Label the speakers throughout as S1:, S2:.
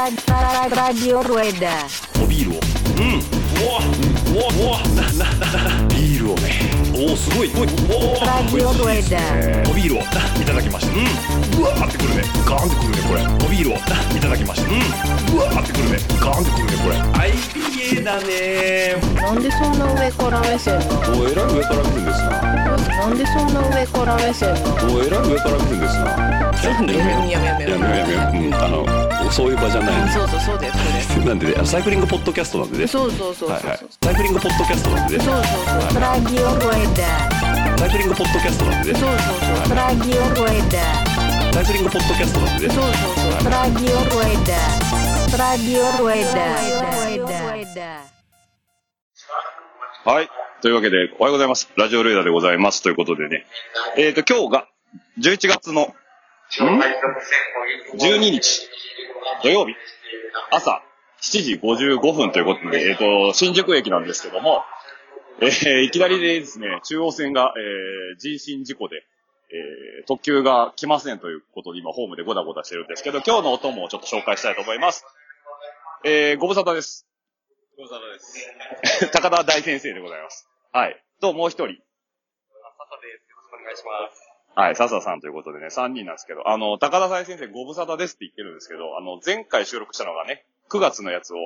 S1: Radio Rueda.
S2: おビールをうんうわうわうわななななビールをねおおすごいおいおー
S1: Radio Rueda.
S2: おビールをないただきましたうんうわーってくるねガーンってくるねこれおビールをないただきましたうんうわーってくるねガーンってくるねこれ IPA だね
S3: なんでそんな上から目線なの
S2: おえらい上から来るんですな
S3: なんでそんな上から目線なの
S2: おえらい上から来るんですなちょっとねやめようやめようやめようやめよううんあのそういう場じゃないです
S3: そうそうそうですそうです
S2: なんでねサイクリングポッドキャストなんでね
S3: そうそうそうそう
S2: はい
S3: そう
S2: はいサイクリングポッドキャストなんでね
S3: そうそうそう
S1: Radio Rueda.
S2: サイクリングポッドキャストなんでね
S3: そうそう
S1: Radio Rueda.
S2: サイクリングポッドキャストなんでね
S3: そうそうそうそう
S1: Radio Rueda. Radio Rueda. Radio Rueda.
S4: はい。というわけで、おはようございます。ラジオルエダでございます。ということでね。えっ、と、今日が、11月のん、12日、土曜日、朝7時55分ということで、えっ、と、新宿駅なんですけども、えーいきなりでですね、中央線が、えー人身事故で、えー特急が来ませんということで、今、ホームでごだごだしてるんですけど、今日のお供をちょっと紹介したいと思います。えーご無沙汰です。ご無沙汰です。 高田大先生でございます。はい。と、もう一人。笹です。よろしくお願いします。はい、笹さんということでね、三人なんですけど、あの、高田大先生ご無沙汰ですって言ってるんですけど、あの、前回収録したのがね、9月のやつを、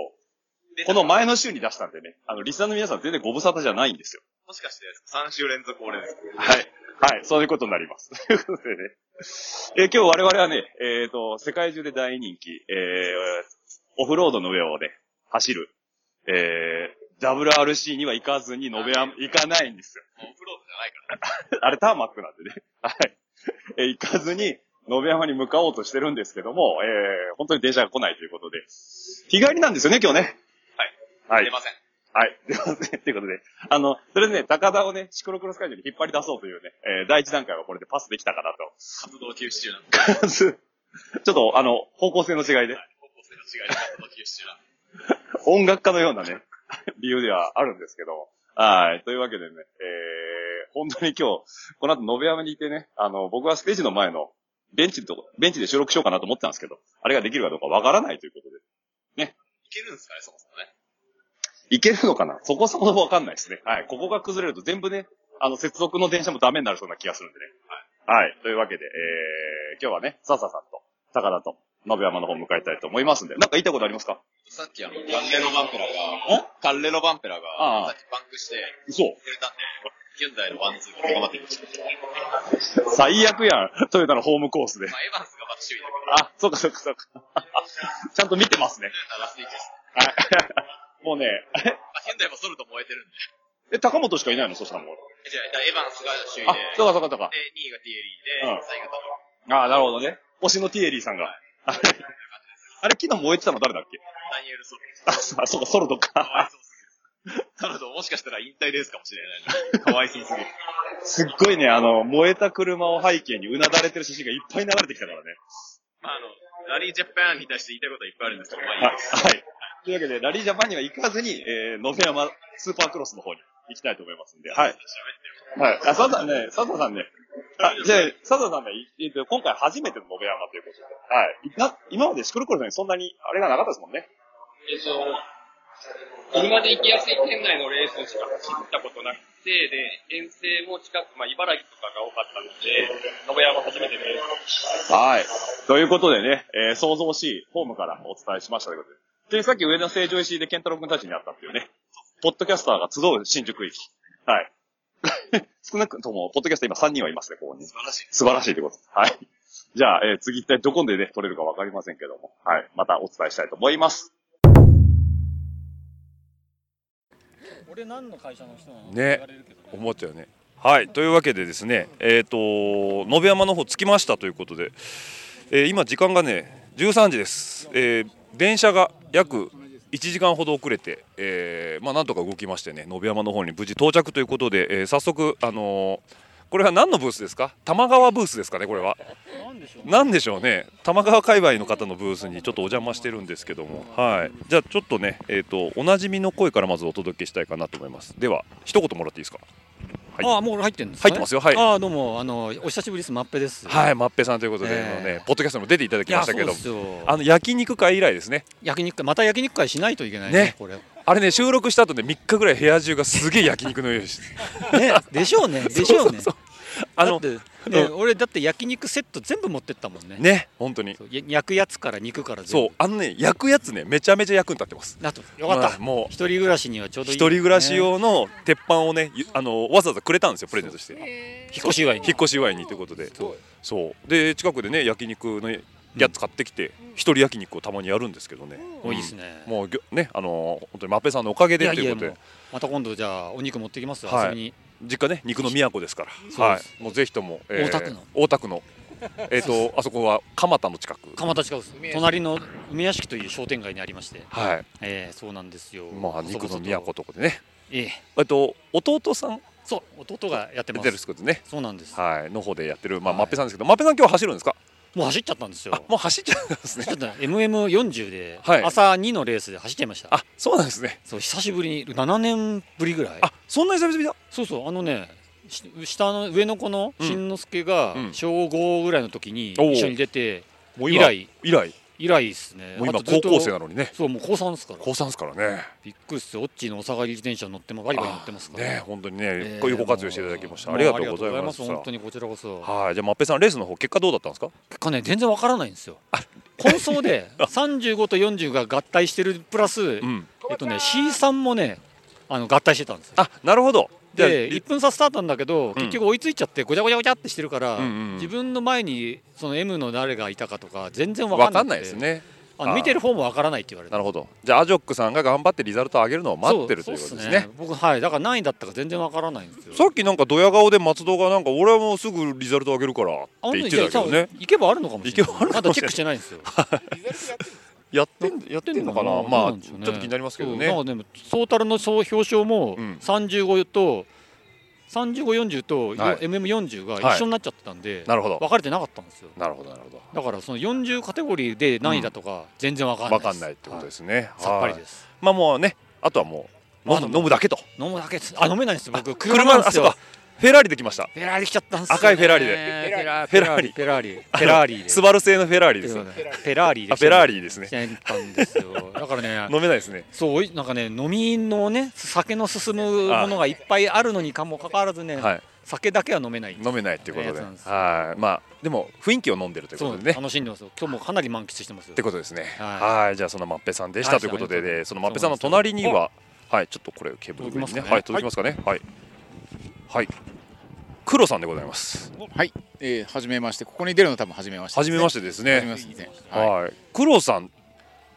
S4: この前の週に出したんでね、あの、リスナーの皆さん全然ご無沙汰じゃないんですよ。
S5: もしかして、3週連続俺です。
S4: はい。はい、そういうことになります。ということでね。えー今日我々はね、えっ、と、世界中で大人気、えーオフロードの上をね、走る、えー WRC には行かずに、延べ山、行かないんですよ。
S5: オフロードじゃないから。
S4: あれターマックなんでね。 はい。えー行かずに、延べ山に向かおうとしてるんですけども、えー本当に電車が来ないということで。日帰りなんですよね、今日ね。はい。
S5: 出ません。
S4: はい。 出ますね。ということで。あの、とりあえずね、高田をね、シクロクロス会場に引っ張り出そうというね、えー第一段階はこれでパスできたかなと。
S5: 活動休止中なんで。
S4: ちょっと、あの、方向性の違いで、
S5: 高校生の違いで活動休止中なんで。
S4: 音楽家のようなね、 理由ではあるんですけども。はい。というわけでね、えー、本当に今日、この後、延山に行ってね、あの、僕はステージの前の、ベンチのとこ、ベンチで収録しようかなと思ってたんですけど、あれができるかどうかわからないということで。
S5: いけるんですかね、そもそもね。
S4: いけるのかなそこそこわかんないですね。はい。ここが崩れると全部ね、あの、接続の電車もダメになるそうな気がするんでね。はい。はい。というわけで、えー、今日はね、笹さんと、高田と、鍋山の方向かいたいと思いますんで、なんか言いたいことありますか
S5: さっきあの、カンレロバンペラが、カンレロバンペラ
S4: ああ
S5: が、さっきパンクして、
S4: 嘘。
S5: くれたんで、現代のワンツーが頑張ってきました。
S4: 最悪やん。トヨタのホームコースで。
S5: まあ、エヴァンスがまだ首位だけど、
S4: あ、そうかそうかそうか。ちゃんと見てますね
S5: ト。ヨタラスティックです。
S4: はい。もうね、え、
S5: まあ、現代もソルト燃えてるんで。
S4: え高本しかいないのそしたらもう。
S5: えじゃあ、エヴァンスが首
S4: あ
S5: 位、で、
S4: そうかそうかそうか。
S5: で、2位がティエリ
S4: う
S5: ー
S4: ん
S5: で、最後が
S4: あーなるほどね。推しのティエリーさんが。 あれ、昨日燃えてたの誰だっけ
S5: ダニエル・ソルト。
S4: あ、そうあそうか、ソルトか。
S5: かわいそうすぎる。ソルトもしかしたら引退レースかもしれない。かわいそうすぎる。
S4: すっごいね、あの、燃えた車を背景にうなだれてる写真がいっぱい流れてきたからね。
S5: まあ、あの、ラリージャパンに対して言いたいことはいっぱいあるんですけど、まあいい
S4: はい。
S5: です。
S4: はい。というわけで、ラリージャパンには行かずに、えー、野辺山スーパークロスの方に行きたいと思いますんで。はい。はい。あ、サザね、サザさんね。あ、じゃあ、サザさんね、いえっと、今回初めての野辺山ということで。はい。な、今までシクロクロスにそんなに、あれがなかったですもんね。
S6: えっと、車で行きやすい県内のレースしか走ったことなくて、で、遠征も近く、まあ、茨城とかが多かったので、野辺山初めてです。
S4: はい。ということでね、えー、想像しいホームからお伝えしましたということで。で、さっき上の成城石井で健太郎君たちに会ったっていうね、ポッドキャスターが集う新宿駅。はい。 少なくとも、ポッドキャスター今3人はいますね、ここに。
S5: 素晴らしい。
S4: 素晴らしいということです。はい。じゃあ、えー、次一体どこでね、取れるかわかりませんけども、はい。またお伝えしたいと思います。
S7: 俺何の会社の人なの
S8: ね思ったよねはいというわけでですねえっ、と延山の方着きましたということで、えー今時間がね13時です、えー電車が約1時間ほど遅れて、えーまあなんとか動きましてね延山の方に無事到着ということで、えー早速あのーこれは何のブースですか玉川ブースですかねこれは
S7: なんでしょう
S8: 何でしょうね玉川界隈の方のブースにちょっとお邪魔してるんですけどもはいじゃあちょっとねえっ、とおなじみの声からまずお届けしたいかなと思いますでは一言もらっていいですか
S2: はい
S7: ああもう入ってるんですか、
S2: 入ってますよはい
S7: ああどうもあのお久しぶりですマッペです。
S2: はいマッペさんということで、
S7: ええ
S2: あのねポッドキャストにも出ていただ
S7: い
S2: きま
S7: や
S2: した
S7: そう
S2: けど
S7: で
S2: も
S7: すよ。
S2: あの焼肉会以来ですね
S7: 焼肉会また焼肉会しないといけないね
S2: ね
S7: これ。
S2: あれね収録した後で3日ぐらい部屋中がすげえ焼肉の匂いして
S7: ねでしょうねでしょうね。
S2: あ
S7: だ
S2: の
S7: ってね
S2: あ
S7: 俺だって焼肉セット全部持ってったもんね。
S2: ね本当に
S7: そうや焼くやつから肉から
S2: そう
S7: 全部。
S2: あのね焼くやつねめちゃめちゃ役に立ってます
S7: あとよかった。
S2: まあもう
S7: 一人暮らしにはちょうどいい、
S2: 一人暮らし。用の鉄板をねゆあのわざわざくれたんですよプレゼントして
S7: 引っ越し祝いに
S2: 引っ越し祝いにということでそうで近くでね焼肉のやつ買ってきて一人焼肉をたまにやるんですけどね
S7: もういいですね。
S2: もうぎょねあの本当にマッペさんのおかげ
S7: い
S2: で
S7: や
S2: と
S7: い
S2: いう
S7: や
S2: ことで
S7: もうまた今度じゃあお肉持ってきますよ、
S2: はい
S7: 遊びに
S2: 実家ね肉の都ですから
S7: そう
S2: は
S7: で
S2: いもうぜひともえー
S7: 大田区の
S2: 大田区のえっとあそこは蒲田の近く
S7: 蒲田近くです隣の梅屋敷という商店街にありまして、
S2: はい
S7: えー、そうなんですよ
S2: まあ肉の
S7: 細々
S2: 都とかでね
S7: ええ
S2: えっと弟さん
S7: そう弟がやって
S2: 出て
S7: ます
S2: るんですけどね
S7: そうなんです、
S2: はいの方でやってるまあ
S7: はい
S2: マッペさんですけどマッペさん今日走るんですか
S7: もう走っちゃったんですよ
S2: あもう走っちゃうんですね
S7: ちょっと MM40 で
S2: はい
S7: 朝2のレースで走っちゃいました、
S2: あそうなんですね
S7: そう久しぶりに7年ぶりぐらい
S2: あそんなに久々だ
S7: そうそうあのねし下の上の子の
S2: うん
S7: しんのすけが
S2: うん
S7: 小5ぐらいの時に
S2: おう
S7: 一緒に出て
S2: も
S7: 以来
S2: 以来
S7: 以来ですね
S2: もう
S7: あ
S2: 今
S7: とず
S2: 高
S7: っと
S2: 校生なのにね
S7: そうもう高3ですから
S2: 高三ですからね
S7: びっくりっすよオッチーのお下がり自転車乗ってもバリバリ乗ってますから
S2: ね本当にね、
S7: えー
S2: こういうご活用していただきました、
S7: も
S2: ありがとうございます
S7: もうありがとう本当にこちらこそ
S2: はいじゃあマッペさんレースの方結果どうだったんですか
S7: 結果ね全然わからないんですよ混 走で35と40が合体してるプラス、
S2: うん
S7: えっとね C3 もねあの合体してたんですよ
S2: あなるほどじゃあ
S7: で1分差スタートなんだけど、結局追いついちゃってごちゃごちゃごちゃってしてるから、
S2: うんうん
S7: 自分の前にその M の誰がいたかとか全然わか
S2: 分
S7: ん
S2: か
S7: な
S2: ん
S7: くて
S2: ないですね
S7: あの
S2: あー
S7: 見てる方もわからないって言われて
S2: なるほどじゃあアジョックさんが頑張ってリザルトを上げるのを待ってると
S7: そ
S2: いううこと
S7: そうっ
S2: ですす
S7: ね
S2: ね
S7: 僕はいだから何位だったか全然わからないんですよ
S2: さっきなんかドヤ顔で松戸がなんか俺はもうすぐリザルト上げるから
S7: あ
S2: って
S7: 本
S2: 言
S7: 当
S2: っ
S7: に
S2: てたけど
S7: じゃあ
S2: ね
S7: 行けばあるのかもしれな
S2: 行
S7: い
S2: けばある
S7: ま
S2: かも
S7: だ
S2: し
S7: チ
S2: れ
S7: ェ
S2: な
S7: ッ
S2: い
S7: クしてないんですよ
S2: やってんやってんのかな
S7: どう
S2: まあ
S7: んでし
S2: ち
S7: ょ
S2: ょっ
S7: うね
S2: と気になりますけど
S7: そうな
S2: ね
S7: んかでもトータルの総表彰も
S2: うん
S7: 35と3540と
S2: はい
S7: MM40 が
S2: はい
S7: 一緒になっちゃってたんで
S2: なるほど
S7: 分かれてなかったんですよ
S2: なるほどなるほど
S7: だからその40カテゴリーで何位だとか全然分かんない
S2: 分
S7: で
S2: か
S7: す
S2: んないってことですね
S7: はいさっぱり
S2: はい
S7: です
S2: まあもうねあとはもう飲
S7: まあ
S2: む飲むだけと
S7: 飲むだけですあ飲めないんです僕 車
S2: 車
S7: なん
S2: あ
S7: です
S2: そう
S7: よ
S2: かフェラーリできました
S7: フェラーリ来ちゃったんですよね
S2: 赤いフェラーリで
S7: フェラーリフェラーリフェラーリ で
S2: スバル製のフェラーリですよ
S7: フェラーリで
S2: あフェラーリですね
S7: 来ちゃったんですよだからね
S2: 飲めないですね
S7: そうおいなんかね飲みのね酒の進むものがいっぱいあるのにかもかかわらずね、
S2: はい
S7: 酒だけは飲めない
S2: 飲めないっていうことで
S7: ええそうなんです
S2: はいまあでも雰囲気を飲んでるというこ
S7: そ
S2: と
S7: う
S2: でね
S7: 楽しんでますよ今日もかなり満喫してますよ
S2: ってことですね
S7: は
S2: はいじゃあそのマッペさんでし
S7: は
S2: た
S7: い
S2: ということで
S7: そうなん
S2: ね
S7: です
S2: そのマッペさんの隣にははいちょっとこれケーブル上に
S7: 届きますかね
S2: はい届きますかねはいはい黒さんでございます
S9: はい、えー、初めまして、ここに出るの多分初めまして、。
S2: 初めましててです
S9: 初めま
S2: ね
S9: してね。はい。
S2: はい黒さん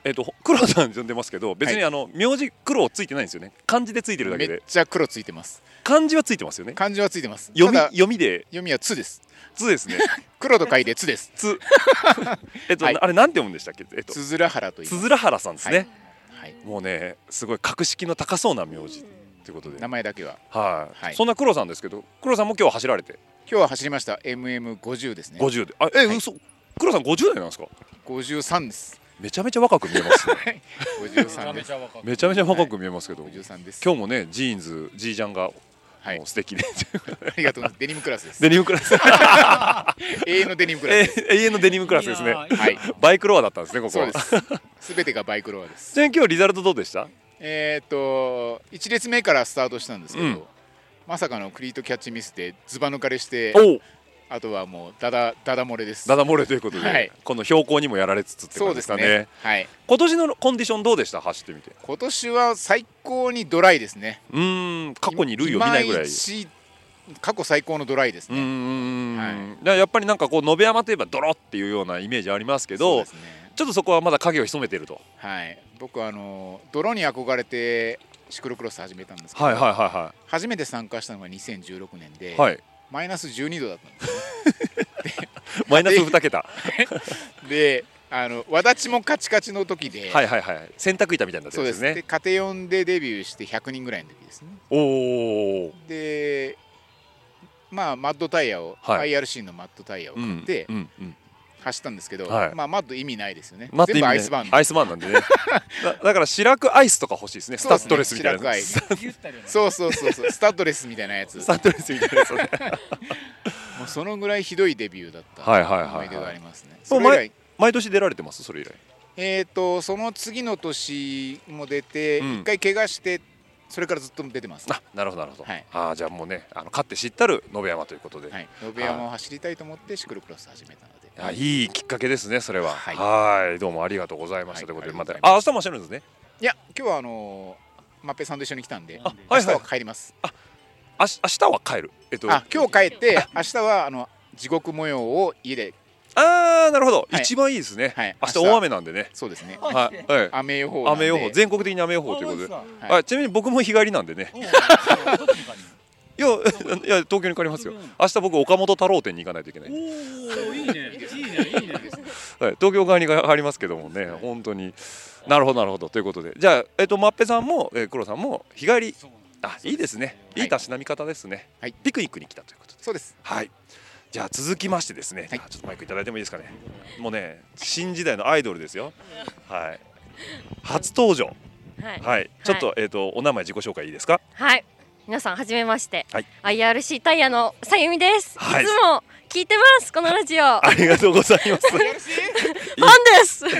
S2: えっと黒さんって呼んでますけど別にあの名字黒ついてないんですよね漢字でついてるだ
S9: め
S2: け
S9: っ
S2: で
S9: ちゃ黒ついてます。
S2: 漢字はついてますよね
S9: 漢字はついてます。
S2: 読み
S9: ただ
S2: 読みで
S9: 読みはつです。
S2: つですね
S9: 黒と書いてつです。
S2: つえっと、
S9: はい
S2: あれなんて読むんでしたっけえっと
S9: つづらはらと言います。
S2: 鈴ら原さんですね、
S9: はい。
S2: もうねすごい格式の高そうな名字ということで
S9: 名前だけは。
S2: はい、
S9: はい
S2: そんな黒さんですけど黒さんも今日走られて
S9: 今日は走りました。MM50 ですね。
S2: 50であえ、
S9: はい
S2: 嘘黒さん50代なんですか
S9: 53です。
S2: めちゃめちゃ若く見えます、ね、
S9: 53です。
S2: めちゃめちゃ若く見えますけど、
S9: 53です。
S2: 今日もねジーンズジージャンがも
S9: はい。
S2: う素敵で、
S9: ありがとうございます。デニムクラスです。
S2: デニムクラス
S9: 永遠のデニムクラス
S2: え
S9: です。
S2: 永遠のデニムクラスですね
S7: いやー
S9: はい。
S2: バイクロアだったんですねここ
S9: そう
S2: は
S9: です。すべてがバイクロアで す。
S2: ちなみに今日リザルトどうでした
S9: えーっと1列目からスタートしたんですけど、
S2: うん
S9: まさかのクリートキャッチミスでずば抜かれして
S2: おお
S9: あとはもうダダダダ漏れです
S2: ダダ漏れということで、
S9: はい
S2: この標高にもやられつつって
S9: そ
S2: 感
S9: う
S2: じで
S9: ですす
S2: か
S9: ね
S2: ね
S9: はい
S2: 今年のコンディションどうでした走ってみて
S9: 今年は最高にドライですね
S2: うーん過去に類を見ないぐらい
S9: まち過去最高のドライです
S2: うー
S9: ね、
S2: ん、
S9: は
S2: だからやっぱりなんかこう延山といえばドロっていうようなイメージありますけ
S9: そう
S2: ど
S9: ですね
S2: ちょっとそこはまだ影を潜めてると
S9: はい僕あの泥に憧れてシクロクロス始めたんですけど、
S2: はいはいは
S9: 初めて参加したのが2016年で、
S2: いはいはい
S9: マイナス12度だったん です
S2: マイナス2桁
S9: であのわだちもカチカチの時で、
S2: はいはいはい洗濯板みたいになって
S9: そ
S2: る
S9: うんで
S2: ですす
S9: ね
S2: ね
S9: 家庭4でデビューして100人ぐらいの時ですね
S2: おおー
S9: でまあマッドタイヤを、
S2: はい
S9: IRC のマッドタイヤを
S2: う
S9: 買っ
S2: ん
S9: て、
S2: うんうん
S9: 走ったんですけど、
S2: はい
S9: まあマッド意味ないですよね。
S2: 待って
S9: 全部
S2: 今
S9: ア
S2: ね
S9: イスバーン。
S2: アイスバーンなん でねだだから白くアイスとか欲しいですねス
S9: そ
S2: タ
S9: うで
S2: ッ
S9: すね
S2: ドレスみたいな
S9: シ
S2: ス
S9: ラそうそうそ うそう、スタッドレスみたいなやつ。も
S2: タッドレスみたいなやつね
S9: うそのぐらいひどいデビューだった
S2: はいはいはいはい
S9: 思い出がありますね。
S2: も
S9: そうれ以
S2: 毎
S9: 来、
S2: 毎年出られてますそれ以来
S9: えっとその次の年も出て
S2: うん
S9: 一回怪我して、それからずっと出てます。
S2: あなるほどなるほど、
S9: はい
S2: あーじゃあもうねあの勝って知ったる延山ということで、
S9: はい。野辺山を走りたいと思ってシクロクロス始めたので。
S2: あいいきっかけですねそれはは
S9: はいい
S2: いどうもありがとうございました、
S9: はい
S2: ということで
S9: あ
S2: ま
S9: り
S2: た
S9: がとうご
S2: あ
S9: ざい
S2: 明日もしてるんですね
S9: いや今日はあのーマッペさんと一緒に来たんで、
S2: あは
S9: 明
S2: い
S9: 日
S2: はい
S9: は帰ります。
S2: あし明日は帰るえっと
S9: あ今日帰って明日はあの地獄模様を家で
S2: あーなるほど、
S9: はい
S2: 一番いいですね、
S9: はい
S2: 明日
S9: 明日
S2: 大雨なんでね
S9: そうですね。
S2: はい、はい、
S9: 雨予報なん
S2: 雨
S9: で
S2: 予報全国的に雨予報ということで、
S9: はい
S2: あちなみに僕も日帰りなんでねいや いや東京に帰りますよ明日僕岡本太郎店に行かないといけないはい、東京側に入りますけどもね、本当になるほどなるほどということでじゃあ、えっと、マッペさんも、えー、黒さんも日帰りあいいですねいいたしなみ方ですね、
S9: はい
S2: ピクニックに来たということで
S9: そうです。
S2: はいじゃあ続きましてですね、
S9: はい
S2: あちょっとマイクいただいてもいいですかねもうね新時代のアイドルですよはい初登場
S10: はい、
S2: はい、ちょっと,、えっとお名前自己紹介いいですか
S10: はい、皆さんはじめまして、
S2: はい
S10: IRC タイヤのさゆみです、
S2: はい
S10: い、つも聞いてますこのラジオファン
S2: ありがとうござい ます
S10: です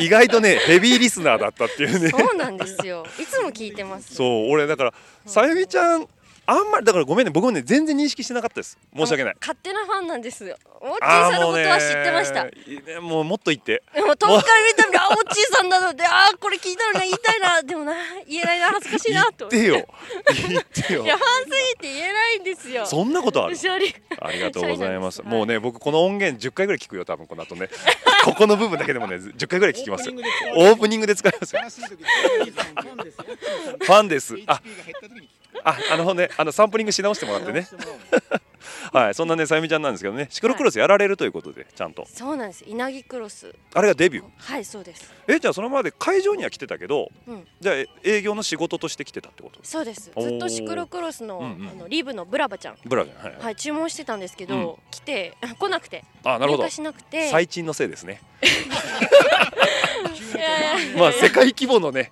S2: 意外とねヘビーリスナーだったっていうね
S10: そうなんですよいつも聞いてます
S2: そう俺だからさゆみちゃんあんまりだからごめんね僕もね全然認識してなかったです申し訳ない
S10: 勝手なファンなんですよモッチ
S2: あ
S10: ー
S2: ー
S10: さんのことは知ってました
S2: もうねいいねもうもっと言って
S10: でも遠くから見たらあモッチーさんなのであーこれ聞いたのに言いたいなでもな言えないな恥ずかしい
S2: 言
S10: な
S2: っ
S10: と
S2: てよ言ってよ
S10: いやファンすぎて言えないんですよ
S2: そんなことあ る
S10: シャリ
S2: ありがとうございます
S10: シャリな
S2: も
S10: んです
S2: うね僕この音源10回ぐらい聞くよ多分この後ね ここの部分だけでもね10回ぐらい聞きますよオープニングで使いますよファンですあああのねあのサンプリングし直してもらってねはいそんなねさゆみちゃんなんですけどねシクロクロスやられるということでちゃんと
S10: そうなんです稲城クロス
S2: あれがデビュー
S10: はいそうです
S2: えじゃあそのまで会場には来てたけど、
S10: うん
S2: じゃあえ営業の仕事として来てたってこと
S10: そうです
S2: おー
S10: ずっとシクロクロスの,、
S2: うんうん
S10: あのリブのブラバちゃん
S2: ブラジャーはい、
S10: はい、注文してたんですけど、
S2: うん
S10: 来て 来なくて
S2: あなるほど
S10: 入荷しなくて
S2: 最賃のせいですね
S10: いやいや
S2: まあ世界規模のね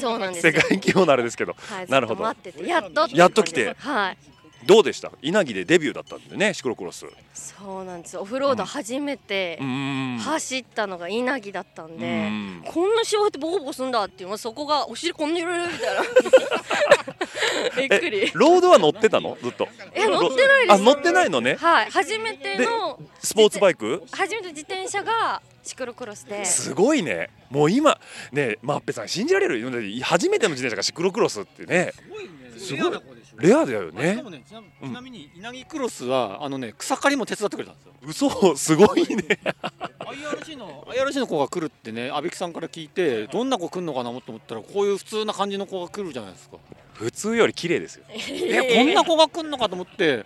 S10: そうなんです
S2: 世
S10: よ
S2: 界規模のあれですけど
S10: はい、
S2: なるほど
S10: ずっと待っててやっと
S2: やっと来て
S10: いう感じですはい
S2: どうでした稲城でデビューだったんでねシクロクロスう
S10: そうなんですオフロード初めて
S2: ーん
S10: 走ったのが稲城だったん
S2: う
S10: で、
S2: ーん
S10: こんな仕事ってボコボコすんだっていう、まあ、そこがお尻こんな揺れるみたいなびっくり
S2: えロードは乗ってたのずっと
S10: え乗ってないです
S2: あ乗ってないのね
S10: はい初めての
S2: スポーツバイク
S10: 初めての自転車がシクロクロスです
S2: ごいねもう今ねマッペさん信じられるだって初めての自転車がシクロクロスってねすごいレアだよ
S7: し
S2: ね
S7: かもねちなちなみに稲城クロスはあのね草刈りも手伝ってくれたんですよ
S2: 嘘すごいね
S7: IRC の IRC の子が来るってね阿部木さんから聞いてどんな子来るのかなと思ったらこういう普通な感じの子が来るじゃないですか
S2: 普通より綺麗ですよ
S7: えこんな子が来るのかと思って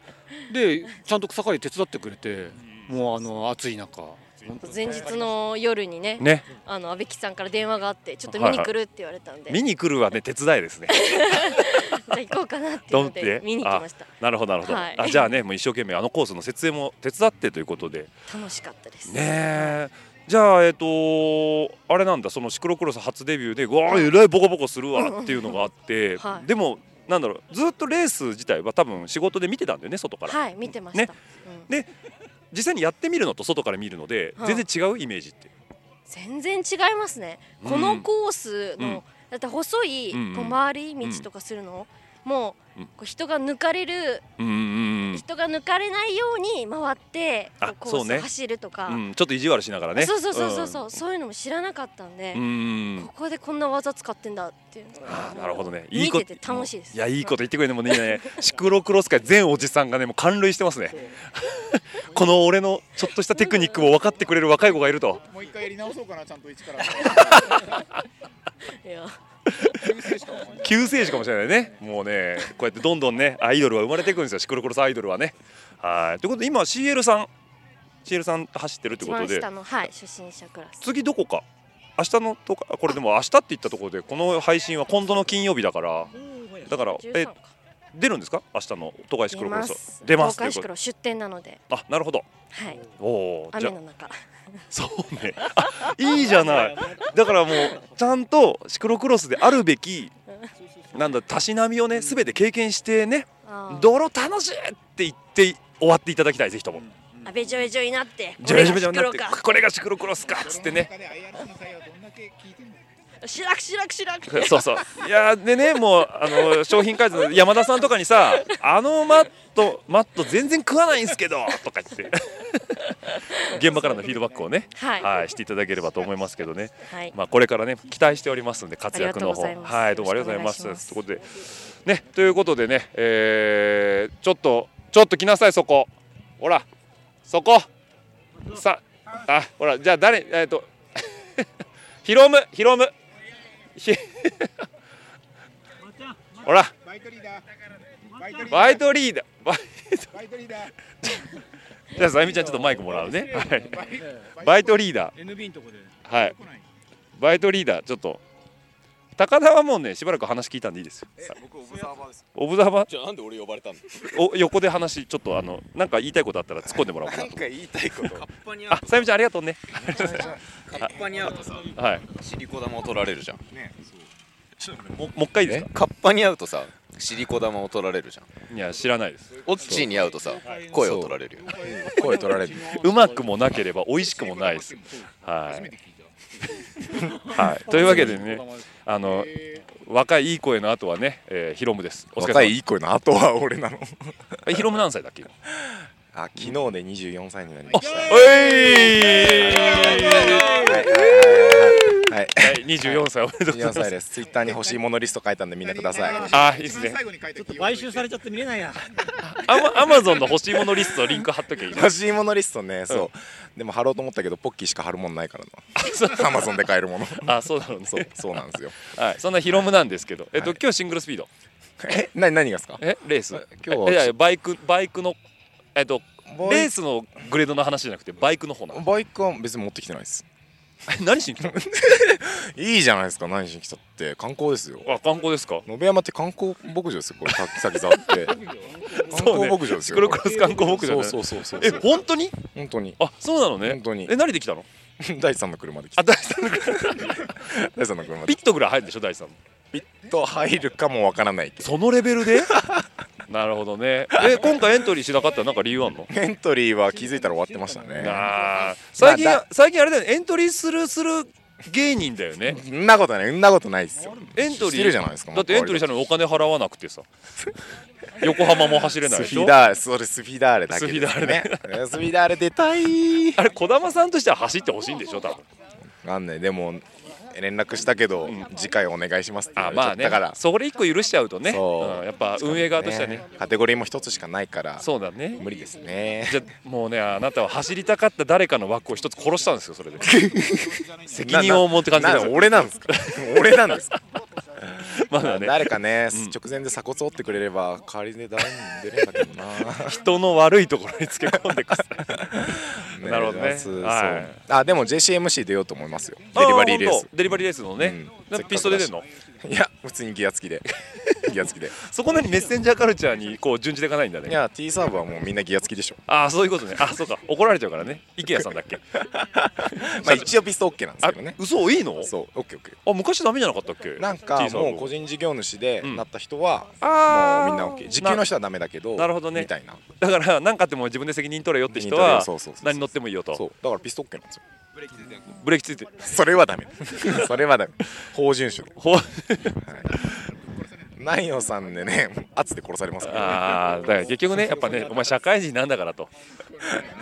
S7: でちゃんと草刈り手伝ってくれてもうあの暑い中本当
S10: 前日の夜にね
S2: ね
S10: あの阿部木さんから電話があってちょっと見に来るって言われたんで、
S2: 見に来るはね手伝いですね
S10: じゃあ行こうかなっていうの
S2: どんって
S10: で見に来ました
S2: なるほどなるほど、
S10: はい
S2: あじゃあねもう一生懸命あのコースの設営も手伝ってということで
S10: 楽しかったです
S2: ねえじゃあえっ、とあれなんだそのシクロクロス初デビューでうわあえらいボコボコするわっていうのがあって、
S10: はい
S2: でもなんだろうずっとレース自体は多分仕事で見てたんだよね外から、
S10: はい見てました、
S2: ね
S10: うん
S2: で実際にやってみるのと外から見るので、
S10: はい
S2: 全然違うイメージって
S10: 全然違いますね、
S2: うん
S10: このコースの、
S2: うん
S10: だって細い
S2: うんうん
S10: こう回り道とかするの、もう
S2: うん
S10: こう人が抜かれる、
S2: うんうんうん
S10: 人が抜かれないように回ってこ
S2: あ
S10: うコ
S2: そう
S10: ー
S2: ね
S10: ス走るとか
S2: うんちょっと意地悪しながらね
S10: そうそうそうそうそう、そういうのも知らなかったんで、
S2: うんうんうん
S10: ここでこんな技使ってんだっていうの
S2: あ
S10: が
S2: ーなるほどね。
S10: 見
S2: こ
S10: てて楽しいです
S2: やいいこと言ってくれるもうね。シクロクロス界全おじさんがねもう感涙してますね。この俺のちょっとしたテクニックを分かってくれる若い子がいると。
S9: もう一回やり直そうかなちゃんと一から。
S10: いや
S2: 救世主かもしれないね。もうねこうやってどんどんねアイドルは生まれていくんですよ。シクロクロスアイドルはね。はい。ということで今 CL さん CL さん走ってるって
S10: 一
S2: こと
S10: 番
S2: で
S10: 下のはい初心者クラス
S2: 次どこか。明日のとかこれでも明日って言ったところでこの配信は今度の金曜日だからだから
S10: 13
S2: え
S10: か
S8: 出るんですか明日の東海シクロクロ
S10: 出ま
S8: ス
S10: す
S8: 出ます
S10: 東海シク
S8: という
S10: ロ出店なので
S8: ことあなるほど
S10: はい
S8: おおーじゃ
S10: 雨
S8: あ
S10: の中
S8: そうねあいいじゃないだからもうちゃんとシクロクロスであるべきなんだたしなみをね全て経験してね泥楽しいって言って終わっていただきたいぜひとも。
S10: あべちょべちょになって
S8: ジョジョジョになって
S10: これがシクロか
S8: これがシクロクロスかっつってね
S10: しらくしらくし らく
S8: そうそういやーでねもうあの商品開発の山田さんとかにさ「あのマットマット全然食わないんすけど」とか 言って現場からのフィードバックをね、
S2: はい
S8: していただければと思いますけどね、
S2: はい
S8: まあ、これからね期待しておりますんで活躍の方
S2: ありがとうございます
S8: はいどうもありがとうございます
S2: よろ
S8: ということでねということでね、えーちょっとちょっと来なさいそこほらそこさあほらじゃあ誰えっ、と ヒロムヒロム ひほら
S11: バイトリーダー
S8: バイトリーダーバイ
S11: バイトリーダー
S8: じゃあさゆみちゃんちょっとマイクもら うねはいバイトリーダー
S12: NB のとこで
S8: はい。バイトリーダー、ちょっと。高田はもうね、しばらく話聞いたんでいいですよ。さ
S13: 僕オブザーバーです
S8: オブザーバー
S13: じゃあなんで俺呼ばれたの
S8: お、横で話、ちょっと、あの、なんか言いたいことあったら、突っ込んでもらおうかな
S13: なんか言いたいことカッパに
S8: あ、さゆみちゃん、ありがとうね。
S13: カッパに会うとさ
S8: はい。
S13: 尻子玉を取られるじゃん
S11: ね
S8: ももう一回いいですか
S13: カッパに会うとさ尻子玉を取られるじゃ
S8: んいや知らないです
S13: オッチーに会うとさ声を取られるよ
S8: 声取られる。うまくもなければ、美味しくもないです。はい。はい、 というわけでね、あの、若いいい声の後はね、えー、ヒロムです。お疲れ様
S9: 若いいい声の後は俺なの。
S8: えヒロム何歳だっ け今
S9: あ、昨日で24歳になりました。
S8: おい
S9: はい、
S8: 24歳おめでとうございます
S9: 24歳です。ツイッターに欲しいものリスト書いたんでみんなください。
S8: あいいです
S7: ち
S8: ね
S7: ょっと買収されちゃって見れないや。
S8: アマアマゾンの欲しいものリストリンク貼っとけばいいじゃん
S9: 欲しいものリストね、そう。でも貼ろうと思ったけどポッキーしか貼るもんないからな。アマゾンで買えるもの。
S8: あ、そうだろうね。
S9: そう、そうなんですよ。
S8: はい、そんなヒロムなんですけど、えっと、今日シングルスピード。
S9: え、な何がですか？
S8: え、レース。
S9: 今日
S8: えいやいやバイクバイクのえっとレースのグレードの話じゃなくてバイクの方なの。
S9: バイクは別に持ってきてないです。
S8: 何しに来たの？
S9: いいじゃないですか。何しに来たって観光ですよ。
S8: あ、観光ですか？
S9: 野辺山って観光牧場です よ。これさ先沢って。観光牧場ですよ。
S8: シクロクロス観光牧場だね
S9: そうそうそうそう。
S8: え本当に？
S9: 本当に。
S8: あ、そうなのね。
S9: 本当に。
S8: え、何で来たの？
S9: 第三の車で来た。
S8: 第三の車。
S9: 第三の車で。
S8: ピットぐらい入るでしょ、第三の。
S9: ピット入るかもわからないけど。
S8: そのレベルで？ なるほどね。え、今回エントリーしなかったなんか理由あんの？
S9: エントリーは気づいたら終わってましたね。
S8: あー最近
S9: まあだ
S8: 最近あれだよねエントリーするする芸人だよね
S9: んなことない、んなことないですよ。
S8: エントリー
S9: してるじゃないですか。
S8: だってエントリーしたのにお金払わなくて さ横浜も走れないで
S9: ス
S8: し
S9: フ
S8: ょ
S9: ィダーレ、それスフィダーレだ
S8: ス
S9: け
S8: フィ
S9: で
S8: ダ
S9: す
S8: ー
S9: よ
S8: レ
S9: ね
S8: ね。
S9: スフィダーレ出たい
S8: あれ児玉さんとしては走ってほしいんでしょ多分
S9: わかんない、でも連絡したけど、次回お願いしますって言わ
S8: あ
S9: れちゃ
S8: まあ
S9: った
S8: ね
S9: から。
S8: それ一個許しちゃうとね
S9: そう
S8: うんやっぱ運営側としてはね
S9: カテゴリーも一つしかないから。
S8: そうだね
S9: 無理ですね
S8: じゃあもうねあなたは走りたかった誰かの枠を一つ殺したんですよそれで責任を持って感じ
S9: な
S8: で
S9: な
S8: すよ
S9: 俺なんで すか俺なんですか
S8: まだね
S9: 誰かね、直前で鎖骨折ってくれれば代わりで誰にも出れんだけどな
S8: 人の悪いところにつけ込んでくさ
S9: ね
S8: なるほどね
S9: そうそう
S8: は
S9: あでも JCMC 出ようと思いますよデリバリーレー
S8: あ本
S9: ス
S8: 当デリバリーレースのね、なんかピスト出てんの
S9: いや普通にギア付 きでギア付きで
S8: そこなにメッセンジャーカルチャーにこう順次でいかないんだね
S9: いや T サーブはもうみんなギア付きでしょ
S8: ああそういうことねあそうか怒られちゃうからね池谷さんだっけ
S9: まあ一応ピスト OK なんですけどね
S8: 嘘いいの
S9: そうオッケーオッケ
S8: あ昔ダメじゃなかったっけ
S9: なんか
S8: T さん
S9: もう個人事業主でなった人は、もうみんな OK 時給の人はダメだけど
S8: なるほどね
S9: みたいな
S8: だから何かあっても自分で責任取れよって人
S9: 責任取れ
S8: は
S9: よそうそう
S8: 何乗ってもいいよと
S9: だからピスト OK なんですよ
S8: ブレーキついてる
S9: それはダメそれはダメ法遵守で
S8: 法
S9: ナイオさんでね圧で殺されますから、ね、
S8: ああだから結局ねやっぱねお前社会人なんだから と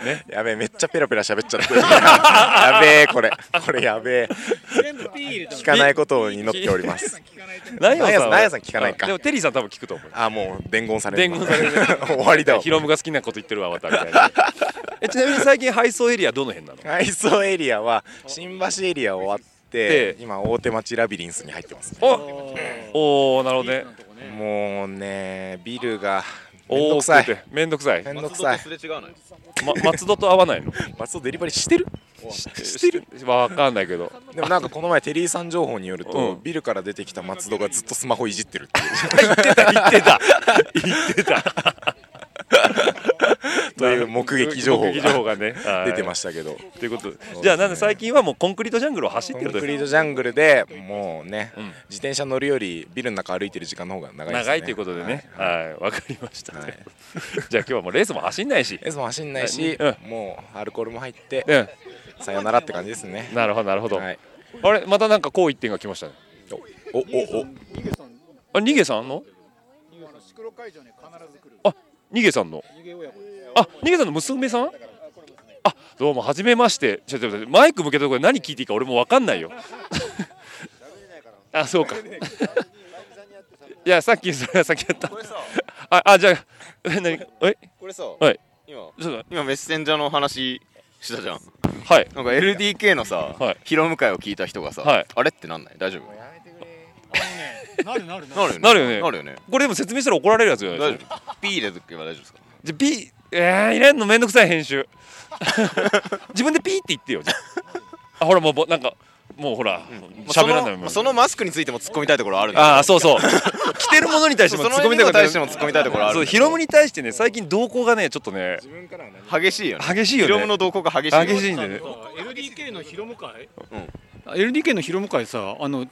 S8: ね
S9: やべえめっちゃペラペラ喋っちゃって るやべえこれこれやべえ聞かないことを祈っております
S8: ナイオさんは
S9: ナイオさん聞かないか
S8: あでもテリーさん多分聞くと思う
S9: あもう伝言される
S8: 伝言される
S9: 終わりだわ
S8: ヒロムが好きなこと言ってるわまたみ たいなえちなみに最近配送エリアどの辺なの
S9: 配送エリアは新橋エリア終わって今大手町ラビリンスに入ってます、ね、
S8: おおなるほどね
S9: もうねビルが
S8: おー
S9: めんどくさい
S8: 多くてめんどくさい
S9: めんどくさい
S8: ま松戸と合わないの
S9: 松戸デリバリーしてるしてる
S8: わかんないけど
S9: でもなんかこの前テリーさん情報によると、ビルから出てきた松戸がずっとスマホいじってるって言ってた言ってた言ってた という目撃情報が
S8: 目撃情報がねはい
S9: 出てましたけど
S8: ということじゃあなんで最近はもうコンクリートジャングルを走って
S9: コ
S8: る
S9: ン
S8: と
S9: クリートジャングルでもうね、自転車乗るよりビルの中歩いてる時間の方が長いですね
S8: 長いということでねはいわ、かりました、 じゃあ今日はもうレースも走んないし
S9: レースも走んないし、
S8: うん
S9: もうアルコールも入って、
S8: うん
S9: さよならって感じですね
S8: なるほどなるほど、あれまたなんかこう一点が来ましたね
S9: おおお
S8: あ逃げさんのあ逃げさんのあ逃げさんの娘さんあどうも初めましてちょっと待ってマイク向けたところで何聞いていいか俺もわかんないよ あそうかいやさっきそれは先やったああじゃあえ何え
S5: これさ
S8: はい
S5: 今
S8: ちょっと
S5: 今メッセンジャーの話したじゃん
S8: はい
S5: なんか LDK のさ、披露迎えを聞いた人がさ、
S8: はい
S5: あれってなんない大丈夫
S7: なるなる
S5: なるよね
S8: なるよね
S5: なるよね
S8: これでも説明したら怒られるやつじゃないで
S5: 大
S8: すか
S5: 丈夫 P 入れとけば大丈夫ですか
S8: じゃあ P えー、入れんのめんどくさい編 集自分でピーって言ってよじゃああほらもうぼなんかもうほら喋、らないもん
S5: そのマスクについても突っ込みたいところあるんだよ
S8: ああそうそう着てるものに対しても
S5: そう
S8: 突っ
S5: そ
S8: 込
S5: の
S8: み
S5: 犬に
S8: たいこと
S5: 対しても突っ込みたいところある
S8: そうヒロムに対してね最近動向がねちょっとね
S5: 激しいよね
S8: 激しいよ
S5: ヒ
S8: ね
S5: ロムの動向が激しいよね
S8: 激しいんでね
S7: LDK の広向会
S8: LDK の広向会さあの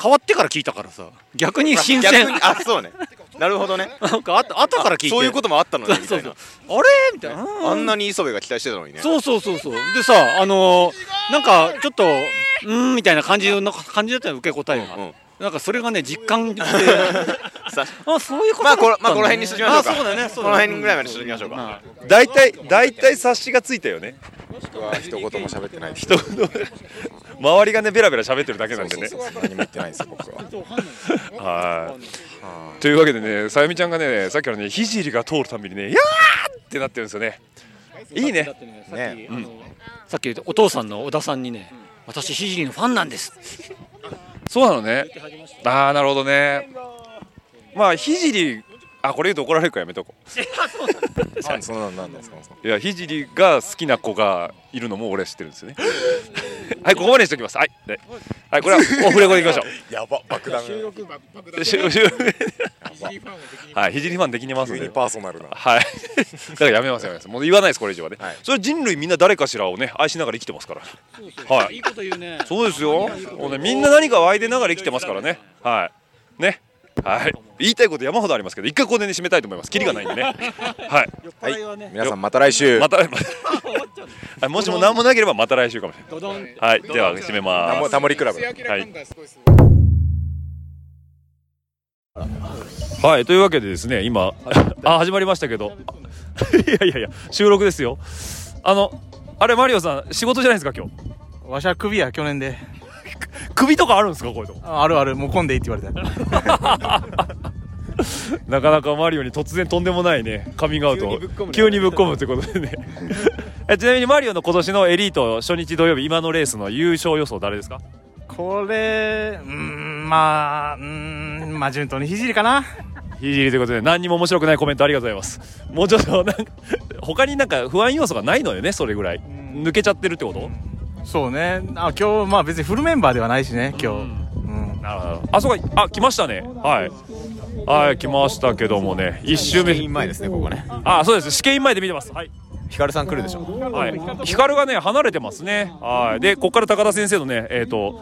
S8: 変わってから聞いたからさ逆に新鮮
S5: 逆にあそうねなるほどね
S7: なんかあと後から聞いて
S5: そういうこともあったのね
S7: そう
S5: み
S7: そ
S5: た
S7: う
S5: いな
S7: あれみたいな
S5: あんなに磯部が期待してたのにね
S7: そうそうそうそうでさあのーなんかちょっとうーんみたいな感じの感じだったよ受け答えが、なんかそれがね実感して あそういうこと
S5: ま
S7: だ
S5: あ
S7: っ
S5: こ
S7: た
S5: れ
S7: んだね
S5: まあこの辺にしときましょうか
S7: あそうだねそう
S5: こ
S7: だね
S5: の辺ぐらいまでしときましょうか
S8: 大体大体察しがついたよね
S9: 僕は一言も喋ってないです
S8: 人の周りがねベラベラ喋ってるだけなんでね
S9: そうそうそう何も言ってないんですよ僕は
S8: はいというわけでねさゆみちゃんがねさっきからねひじりが通るたびにね「やー!」ってなってるんですよねいいね
S7: ねさっきお父さんの小田さんにね私ひじりのファンなんです
S8: そうなのねああなるほどねまあひじりあこれ言うと怒られるからやめとこ
S9: あそんなんなんなんですか
S8: ういやひじりが好きな子がいるのも俺は知ってるんです よねはいここまでにしておきますはいではいこれはオフレコでいきましょう
S9: やば爆弾
S8: 収録
S9: 爆
S8: 弾収録はい、ひじりファンできねます
S9: 急
S8: ね。
S9: にパーソナルな
S8: はい。だからやめますやめます。もう言わないですこれ以上はね。それは人類みんな誰かしらをね愛しながら生きてますから。はい。いいこと言うね。そうですよ。もうねみんな何かを愛でながら生きてますからね。はい。ね。はい。言いたいこと山ほどありますけど一回ここでね締めたいと思います。キリがないんでね。はい。
S9: はい皆さんまた来週
S8: また。 あもしも何もなければまた来週かもし
S7: ド
S8: れ
S7: ド
S8: な
S7: ン
S8: い。はい。では締めます。
S9: タモタモリクラブ
S8: はい。はい、というわけでですね、今、 あ、始まりましたけど、いやいやいや、収録ですよ。あの、あれ、マリオさん、仕事じゃないですか、今日。
S4: わしは首や去年で
S8: 首とかあるんですかこういうとこ
S4: ああるあるもう混んでいいって言われた
S8: なかなかマリオに突然とんでもないね、カミングアウトを急にぶっ込むってことでね。 えちなみにマリオの今年のエリート初日土曜日、今のレースの優勝予想誰ですか
S4: これうーんまあうーんまあ順当にひじりかな
S8: ひじりということで、何にも面白くないコメントありがとうございます。もうちょっと、なんか、他になんか不安要素がないのよね、それぐらい。抜けちゃってるってこと
S4: そうねあ今日まあ別にフルメンバーではないしね今日、
S8: なるほどあそうかあ来ましたねはいはい来ましたけどもね一周目試験前ですねここねあそうです試験前で見てますはいヒカルさん来るでしょはいヒカルがね離れてますねはいでここから高田先生のねえっ、と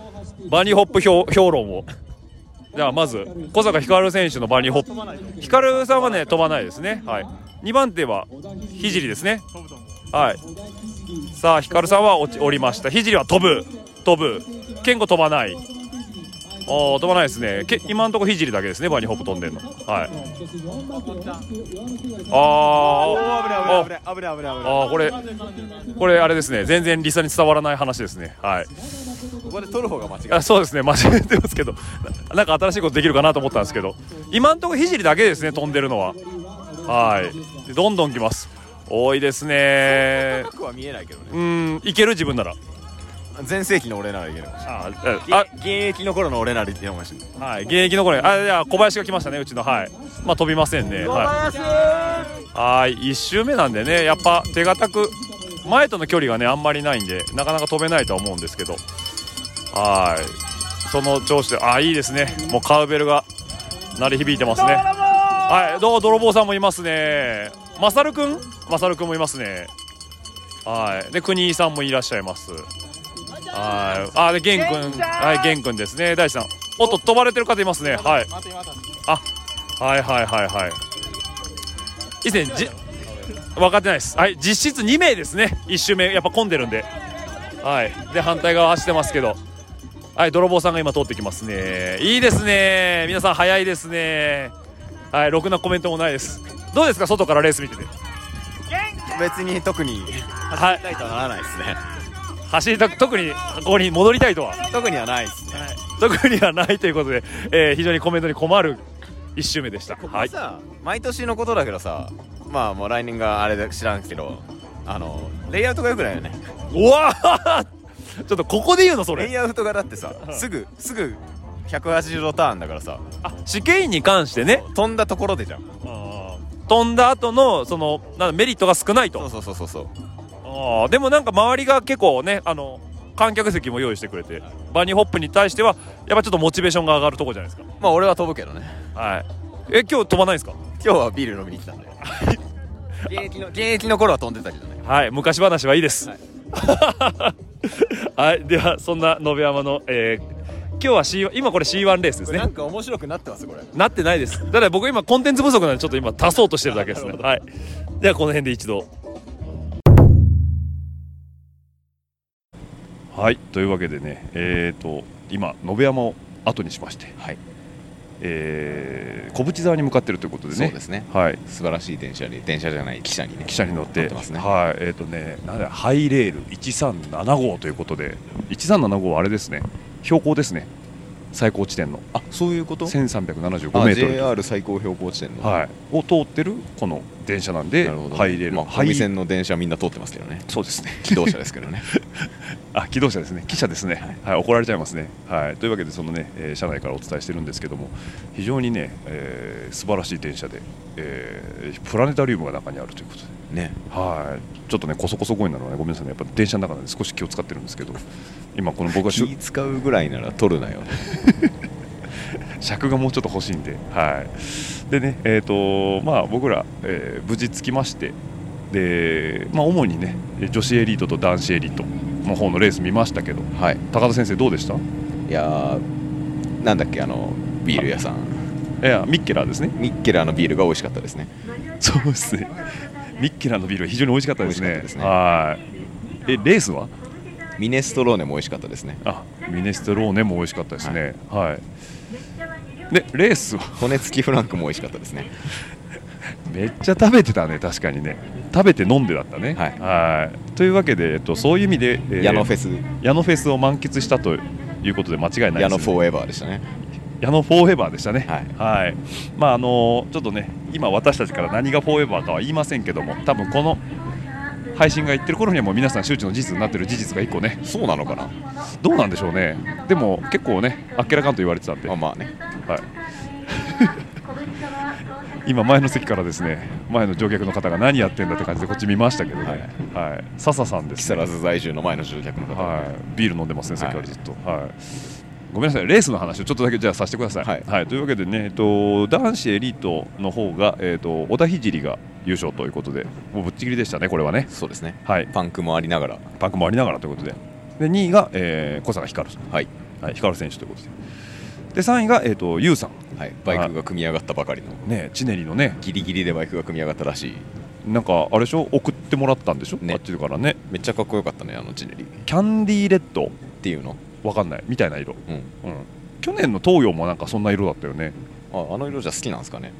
S8: バニーホップ評評論をじゃあまず小坂ヒカル選手のバニーホップヒカルさんはね飛ばないですねはい2番手はひじりですねはいさあヒカルさんは落ち降りましたひじりは飛ぶ飛ぶ健吾飛ばないああ飛ばないですねけ今のところひじりだけですねバニーホップ飛んでんのはいあーあ
S4: 危ない危ない危ない
S8: あーこれこれあれですね全然リサに伝わらない話ですねはい
S4: ここで取る方が間違
S8: あそうですね間違えてますけどななんか新しいことできるかなと思ったんですけど今のところひじりだけですね飛んでるのははいでどんどん来ます多いですね
S5: 僕は見えないけどね
S8: うんいける自分なら
S5: 全盛期の俺ならいけるかもし
S8: れない
S5: げ現役の頃の俺ならいけるかもしれない
S8: はい現役の頃にあいや小林が来ましたねうちのはいまあ飛びませんねはいはい1周目なんでねやっぱ手堅く前との距離がねあんまりないんでなかなか飛べないとは思うんですけどはーいその調子であいいですねもうカウベルが鳴り響いてますねはいどう泥棒さんもいますねマサルくんマサルくんもいますねはいで国井さんもいらっしゃいますはいあで玄君はい玄君ですね大地さんおっと飛ばれてる方いますねはいあはいはいはいはい以前じ分かってないですはい実質2名ですね1周目やっぱ混んでるんではいで反対側走ってますけどはい泥棒さんが今通ってきますねいいですね皆さん早いですねはいろくなコメントもないですどうですか外からレース見てて
S9: 別に特に走りたいとはならないですね、
S8: 走りたく特にここに戻りたいとは
S9: 特にはないですね、
S8: 特にはないということで、えー非常にコメントに困る1周目でしたはい
S9: さ毎年のことだけどさまあもう来年があれだ知らんけどあのレイアウトが良くないよね
S8: うわー ちょっとここで言うのそれ
S9: レイアウトがだってさすぐすぐ180度ターンだからさ
S8: 試験員に関してね
S9: 飛んだところでじゃん
S8: 飛んだ後のそのなんだメリットが少ないと
S9: そうそうそうそう
S8: あーでもなんか周りが結構ねあの観客席も用意してくれてバニーホップに対してはやっぱちょっとモチベーションが上がるとこじゃないですか
S9: まあ俺は飛ぶけどね
S8: はいえ今日飛ばないんですか
S9: 今日はビール飲みに来たんで現役の現役の頃は飛んでたけどね
S8: はい昔話はいいですはい、で はそんな延山の、えー今日は C1 今これ C1 レースですね
S9: なんか面白くなってますこれ
S8: なってないですただ僕今コンテンツ不足なんでちょっと今足そうとしてるだけですねはいではこの辺で一度はいというわけでねえー、と今延山を後にしましてはいえー小淵沢に向かってるということでね
S9: そうですね
S8: はい
S9: 素晴らしい電車に電車じゃない汽車にね
S8: 汽車に乗って
S9: ますね
S8: はいえー、とねなんだハイレール1375ということで1375はあれですね標高ですね最高地点のあ
S9: そういうこと
S8: 1375
S9: あ
S8: メートル
S9: JR 最高標高地点の
S8: はい、を通ってるこの電車なんで
S9: なるほどね
S8: 入れる、
S9: まあ
S8: ハイ
S9: 小見線の電車みんな通ってますけどね
S8: そうですね
S9: 機動車です けどね
S8: あ機動車ですね汽車ですね、はい怒られちゃいますね、はい、というわけでそのね、えー車内からお伝えしてるんですけども非常にね、えー素晴らしい電車で、えープラネタリウムが中にあるということで
S9: ね
S8: はいちょっとねこそこそ声になるのはねごめんなさいねやっぱ電車の中なんで少し気を使ってるんですけど今この僕が
S9: 気使うぐらいなら取るなよ
S8: 尺がもうちょっと欲しいんで、はい、でね、えーとまあ、僕ら、えー無事着きましてで、まあ、主にね女子エリートと男子エリートの方のレース見ましたけど、高田先生どうでした
S9: いやなんだっけあのビール屋さん
S8: いやミッケラーですね
S9: ミッケラーのビールが美味しかったですね
S8: そうですねミッケラーのビールは非常に美味しかったですねはいえレースは
S9: ミネストローネも美味しかったですね
S8: あミネストローネも美味しかったですねはい、でレースは
S9: 骨付きフランクも美味しかったですね
S8: めっちゃ食べてたね確かにね食べて飲んでだったねはいというわけで、えっと、そういう意味で、え
S9: 矢野フェス
S8: 矢野フェスを満喫したということで間違いないです、ね、
S9: 矢野フォーエバーでしたね
S8: 矢野フォーエバーでしたねはい、まああのちょっとね今私たちから何がフォーエバーかは言いませんけども多分この配信が言ってる頃にはもう皆さん周知の事実になってる事実が一個ねそうなのかなどうなんでしょうねでも結構ねあっけらかんと言われてたんでまあ
S9: まあね
S8: はい今前の席からですね前の乗客の方が何やってんだって感じでこっち見ましたけどね、はい笹さんです、ね、木
S9: 更津在住の前の乗客の方
S8: はい、ビール飲んでますね先ほどずっと、はいごめんなさいレースの話をちょっとだけじゃあさせてください、はいというわけでね、えっと、男子エリートの方が、えっと、小田聖が優勝ということでもうぶっちぎりでしたねこれはね
S9: そうですね、
S8: はい、
S9: パンクもありながら
S8: パンクもありながらということでで2位が、えー、小坂光はい、はい、光選手ということでで3位が、えっとユウさん
S9: はい、バイクが組み上がったばかりの
S8: ねチネリのね
S9: ギリギリでバイクが組み上がったらしい
S8: なんかあれでしょ送ってもらったんでしょ、あっちからね
S9: めっちゃかっこよかったねあのチネリ
S8: キャンディーレッドって
S9: いうの
S8: わかんないみたいな色、うん去年の東洋もなんかそんな色だったよね
S9: ああの色じゃ好きなんですかね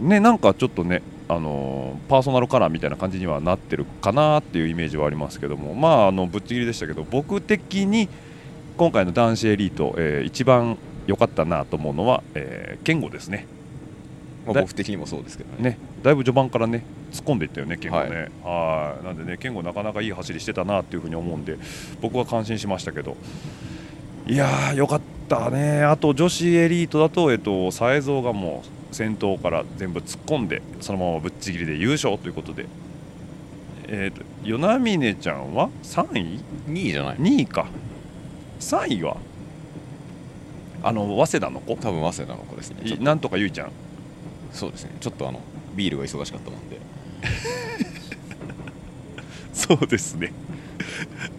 S8: ねなんかちょっとね、あのーパーソナルカラーみたいな感じにはなってるかなっていうイメージはありますけどもまああのぶっちぎりでしたけど僕的に今回の男子エリート、えー一番良かったなと思うのは、えー、健吾ですね
S9: まあ、僕的にもそうですけどね
S8: ね、だいぶ序盤からね突っ込んでいったよね、健吾ね、はいなんでね、健吾、なかなかいい走りしてたなっていうふうに思うんで、僕は感心しましたけど、いやー、よかったね、あと女子エリートだと、えっと、佐江蔵がもう先頭から全部突っ込んで、そのままぶっちぎりで優勝ということで、えーと、与那峰ちゃんは3位 ?2 位じゃない ?2 位か3位はあの早稲田の子
S9: 多分早稲田の子ですね
S8: いなんとかゆいちゃん
S9: そうですねちょっとあのビールが忙しかったもんで
S8: そうですね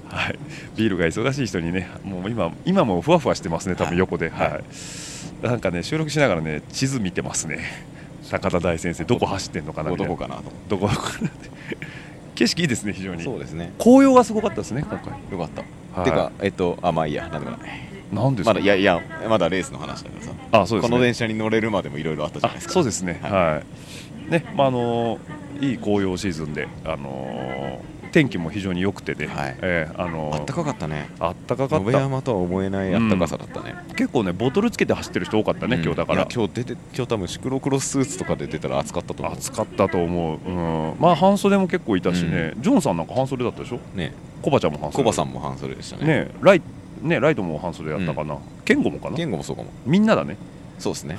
S8: はいビールが忙しい人にねもう今今もふわふわしてますね多分横ではい、なんかね収録しながらね地図見てますね高田大先生どこ走ってんのかなみたいな
S9: どこかなと
S8: どこかなって景色いいですね非常に
S9: そうですね
S8: 紅葉がすごかったですね今回
S9: よかった、
S8: はい
S9: てかえっとあまあいいやなんでもない
S8: なんですか
S9: まだいやいやまだレースの話だからさ
S8: あそうですね
S9: この電車に乗れるまでもいろいろあったじゃないですか
S8: そうですね、はい、ね、まあ、あのーいい紅葉シーズンで、あのー天気も非常に良くてで、えーあのー、
S9: 暖かかったね
S8: 暖かかった。
S9: 野辺山とは思えない暖かさだったね、
S8: 結構ね、ボトルつけて走ってる人多かったね、
S9: うん
S8: 今日だから
S9: いや。今日出て今日多分シクロクロススーツとかで出たら暑かったと思う
S8: 暑かったと思う、うん、まあ半袖も結構いたしね、ジョンさんなんか半袖だったでしょ、
S9: ね、
S8: コバちゃんも半袖
S9: コバさんも半袖でしたね
S8: ねライねライトも半袖だったかな、ケンゴもかな
S9: ケンゴもそうかも
S8: みんなだね
S9: そうですね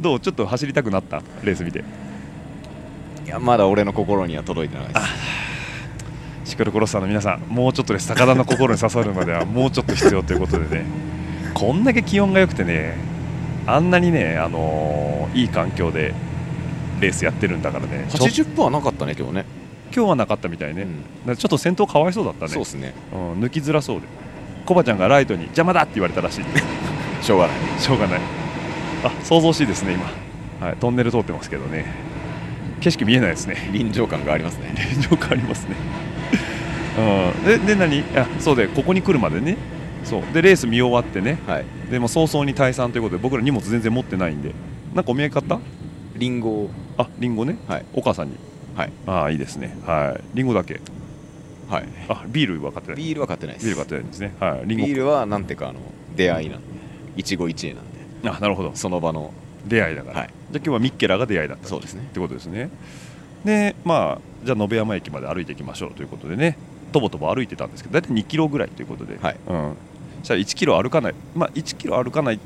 S8: どうちょっと走りたくなったレース見て
S9: いやまだ俺の心には届いてないです
S8: シクロクロスさんの皆さんもうちょっとです高田の心に刺さるまでは もうちょっと必要ということでね こんだけ気温が良くてねあんなにね、あのーいい環境でレースやってるんだからね
S9: 80分はなかったね今日ね
S8: 今日はなかったみたいね、だからちょっと先頭かわいそうだったね
S9: そうっすね
S8: うん、抜きづらそうでコバちゃんがライトに邪魔だって言われたらしい
S9: しょうがない
S8: しょうがないあ想像しいですね今、はい、トンネル通ってますけどね景色見えないですね
S9: 臨場感がありますね
S8: 臨場感ありますね うん、でで何あそうでここに来るまでねそうでレース見終わってね、でもう早々に退散ということで僕ら荷物全然持ってないんでなんかお土産買った
S9: リンゴ
S8: あリンゴね、お母さんに、
S9: はい、
S8: ああいいですねはいリンゴだけ
S9: はい
S8: あビールは買ってない
S9: ビールは買ってないです
S8: ビール買ってないんですねはいリンゴ
S9: ビールはなんていうかあの出会いなんで一期一会なんで
S8: あなるほど
S9: その場の
S8: 出会いだから、じゃあ今日はミッケラが出会いだったそうですねってことですねでまあじゃあ延山駅まで歩いていきましょうということでねとぼとぼ歩いてたんですけど大体2キロぐらいということで、うん、そしたら1キロ歩かないまあ1キロ歩かない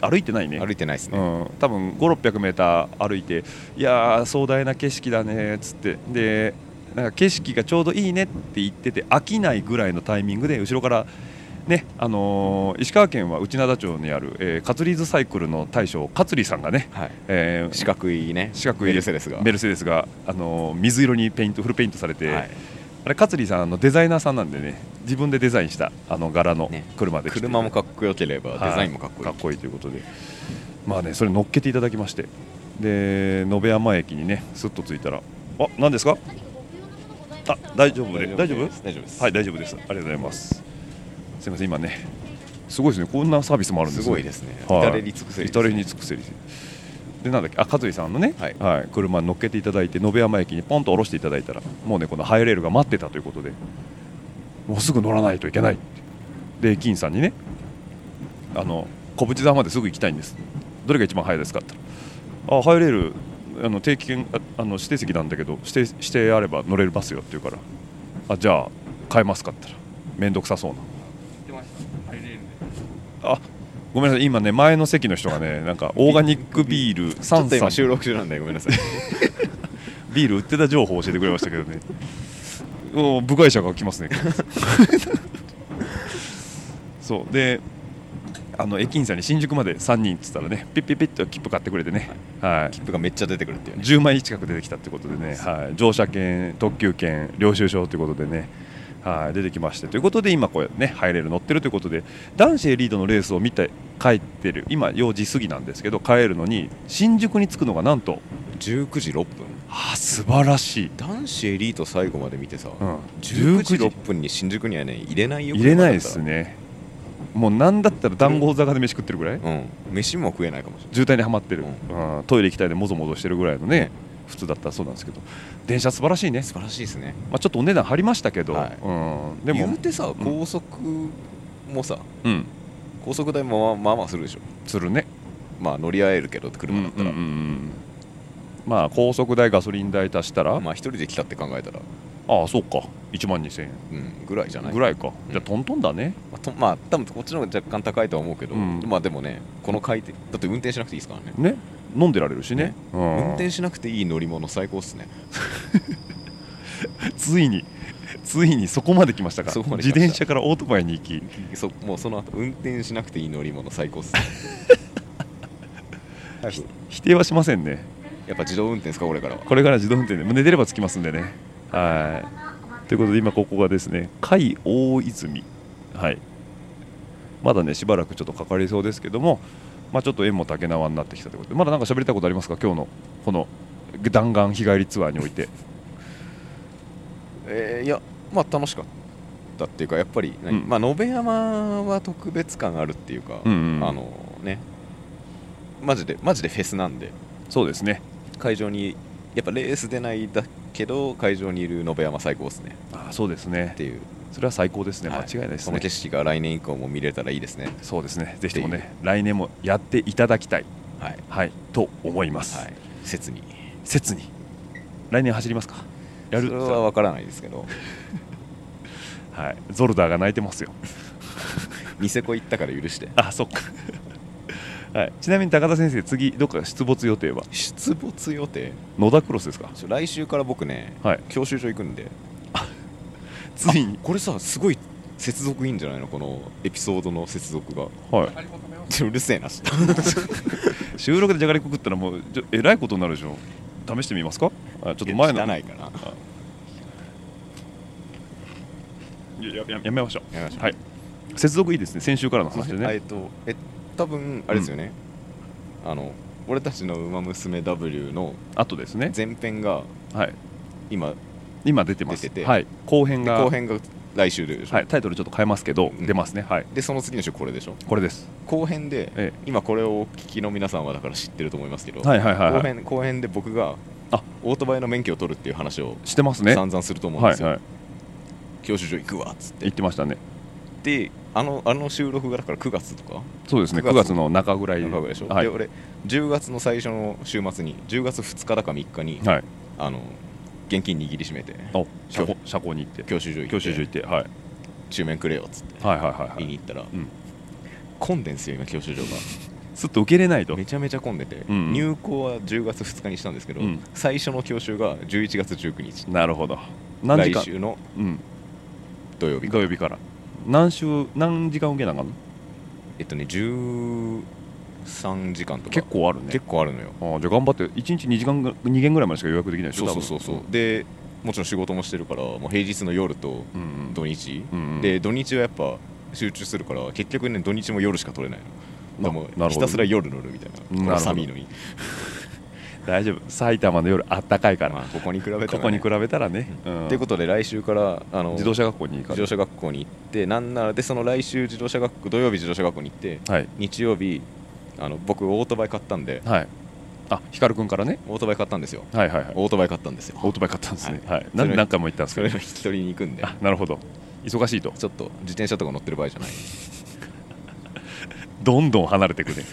S8: 歩いてないね歩
S9: いてないです
S8: ね、うん、多分5 6 0 0メーター歩いていやー壮大な景色だねっつってでなんか景色がちょうどいいねって言ってて飽きないぐらいのタイミングで後ろからねあのー石川県は内灘町にある、えー、カツリーズサイクルの大将カツリさんがね、えー
S9: 四角いね
S8: 四角い
S9: メルセデスが
S8: メルセデスが、あのー水色にペイントフルペイントされて、あれカツリさんあのデザイナーさんなんでね自分でデザインしたあの柄の車で来て、
S9: 車もかっこよければ
S8: はい
S9: デザインもかっこいい、
S8: かっこいいということでまあねそれ乗っけていただきましてで延山駅にねすっと着いたらあ何ですかあ大丈夫で大
S9: 大
S8: 丈
S9: 丈
S8: 夫
S9: 夫です大丈夫です
S8: はい大丈夫ですありがとうございますすみません今ねすごいですねこんなサービスもあるんです、ね、
S9: すごいですね
S8: はい
S9: 至れり尽くせりですね
S8: 至れり尽くせりでなんだっけあ香取さんのね、はい車に乗っけていただいて延山駅にポンと降ろしていただいたらもうねこのハイレールが待ってたということでもうすぐ乗らないといけないってで駅員さんにねあの小淵沢まですぐ行きたいんですどれが一番早いですかって言ったらあハイレールあの定期券ああの指定席なんだけど指定してあれば乗れますよって言うからあじゃあ買えますかって言ったら面倒くさそうな
S6: ってました。ハイレールで。
S8: あごめんなさい今ね前の席の人がねなんかオーガニックビール
S9: ちょっと今
S8: 33
S9: 収録中なんでごめんなさい
S8: ビール売ってた情報を教えてくれましたけどねお部外者が来ますね そうであの駅員さんに新宿まで3人っつったらねピッピッピッと切符買ってくれてね、はい切
S9: 符がめっちゃ出てくるっていうね
S8: 10枚近く出てきたってことでね、はい、乗車券特急券領収書ということでねはい出てきましてということで今こうねハイレール乗ってるということで男子エリートのレースを見て帰ってる今4時過ぎなんですけど帰るのに新宿に着くのがなんと
S9: 19時6分
S8: あ素晴らしい
S9: 男子エリート最後まで見てさ、
S8: ん
S9: 19時6分に新宿にはね入れないよ
S8: 入れないですねもうなんだったら談合坂で飯食ってるぐらい、
S9: 飯も食えないかもしれない
S8: 渋滞にはまってる、うんトイレ行きたいでもぞもぞしてるぐらいのね普通だったらそうなんですけど電車素晴らしいね
S9: 素晴らしいですね、
S8: まあ、ちょっとお値段張りましたけど、うん、でも
S9: 言うてさ高速もさ、
S8: うん
S9: 高速代もまあまあするでしょ
S8: するね
S9: まあ乗り合えるけど車だったら、
S8: まあ高速代ガソリン代足したら
S9: まあ一人で来たって考えたら
S8: ああそうか1万2000円、
S9: ぐらいじゃない
S8: ぐらいか、じゃあトントンだね
S9: まあ、とまあ多分こっちの方が若干高いとは思うけど、
S8: うん
S9: まあでもねこの回転だって運転しなくていいですからね
S8: ね飲んでられるしねうん
S9: 運転しなくていい乗り物最高っすね
S8: ついについにそこまで来ましたか
S9: そこまで来
S8: 自
S9: まし
S8: 転
S9: た
S8: 車からオートバイに行き
S9: そもうその後運転しなくていい乗り物最高っ すね
S8: ひ否定はしませんね
S9: やっぱ自動運転ですかこれからは
S8: これから自動運転でもう寝てればつきますんでねはいということで今ここがですね甲斐大泉はいまだねしばらくちょっとかかりそうですけどもまあちょっと縁も竹縄になってきたということでまだなんか喋りたいことありますか今日のこの弾丸日帰りツアーにおいて
S9: えーいやまあ楽しかったっていうかやっぱり、何
S8: うん
S9: まあ延山は特別感あるっていうか、
S8: うんうん
S9: あのねマジでマジでフェスなんで
S8: そうですね
S9: 会場にやっぱレース出ないだけど会場にいる延山最高ですね
S8: あそうですね
S9: っていう
S8: それは最高ですね、間違いないです
S9: その
S8: ね
S9: 景色が来年以降も見れたらいいですね
S8: そうですねぜひともね来年もやっていただきたい
S9: はい、
S8: と思います、
S9: 切に
S8: 切に来年走りますかやる
S9: それは分からないですけ ど
S8: はいゾルダーが泣いてますよ
S9: ニセコ行ったから許して
S8: あそっかはい、ちなみに高田先生次どっか出没予定は
S9: 出没予定
S8: 野田クロスですか
S9: ちょ来週から僕ね、
S8: はい
S9: 教習所行くんで
S8: ついに
S9: これさすごい接続いいんじゃないのこのエピソードの接続が
S8: は
S9: うるせえなし
S8: 収録でじゃがりこ食ったらもうちょえらいことになるでしょ試してみますかあちょっと前の
S9: 汚いから
S8: やややめましょう
S9: やめましょう
S8: はい接続いいですね先週からの話で
S9: あえ
S8: ね
S9: っとえ多分あれですよね、あの俺たちの馬娘 W の
S8: 後ですね
S9: 前編が
S8: はい
S9: 今
S8: 今出てます
S9: 出てて
S8: はい、後編が
S9: で後編が来週でしょ
S8: はい、タイトルちょっと変えますけど、出ますねはい
S9: でその次の週これでしょ
S8: これです
S9: 後編で、
S8: え
S9: 今これをお聞きの皆さんはだから知ってると思いますけど、
S8: はいはいはいはい
S9: 後編後編で僕がオートバイの免許を取るっていう話を
S8: してますね
S9: 散々すると思うんですよ、
S8: はいはい
S9: 教習所行くわっつって
S8: 言ってましたね
S9: であのあの収録がだから9月とか
S8: そうですね9月の中ぐらい
S9: 中ぐらいでしょ、
S8: はい
S9: で俺10月の最初の週末に10月2日だか3日に、
S8: はい
S9: あの現金握りしめて
S8: お車庫車庫に行って
S9: 教習所行って
S8: 教習所行ってはい
S9: 中面くれよっつって、
S8: はいはいはいはい
S9: 見に行ったら、混んでんすよ今教習所が
S8: すっと受けれないと
S9: めちゃめちゃ混んでて、
S8: うんうん
S9: 入校は10月2日にしたんですけど、
S8: うん
S9: 最初の教習が11月19日
S8: なるほど何時間
S9: 来週の
S8: うん
S9: 土曜日
S8: 土曜日から何週何時間受けなあかんの
S9: えっとね13時間とか
S8: 結構あるね結
S9: 構あるのよ
S8: ああじゃあ頑張って1日2時間ぐ2件ぐらいまでしか予約できないでし
S9: そ
S8: ょ
S9: うそうそうそう
S8: 多分
S9: でもちろん仕事もしてるからもう平日の夜と土日、
S8: うんうん
S9: で土日はやっぱ集中するから結局ね土日も夜しか取れないの
S8: な
S9: でも
S8: なるほど
S9: ひたすら夜乗るみたい
S8: うんなる
S9: な
S8: ほど
S9: この寒いのに
S8: 大丈夫埼玉の夜あったかいから、
S9: ここに比べたらね
S8: ここに比べたらね、うん
S9: ということで来週からあの
S8: 自動車学校に行かれ
S9: 自動車学校に行ってなんならでその来週自動車学校土曜日自動車学校に行って、日曜日あの僕オートバイ買ったんで、
S8: はいあ光くんからね
S9: オートバイ買ったんですよ
S8: はいはいはい
S9: オートバイ買ったんですよ
S8: オートバイ買ったんですねはい、
S9: そ
S8: なん
S9: れ
S8: 何回も言ったんですけど
S9: それを引き取りに行くんで
S8: なるほど忙しいと
S9: ちょっと自転車とか乗ってる場合じゃない
S8: どんどん離 れてくね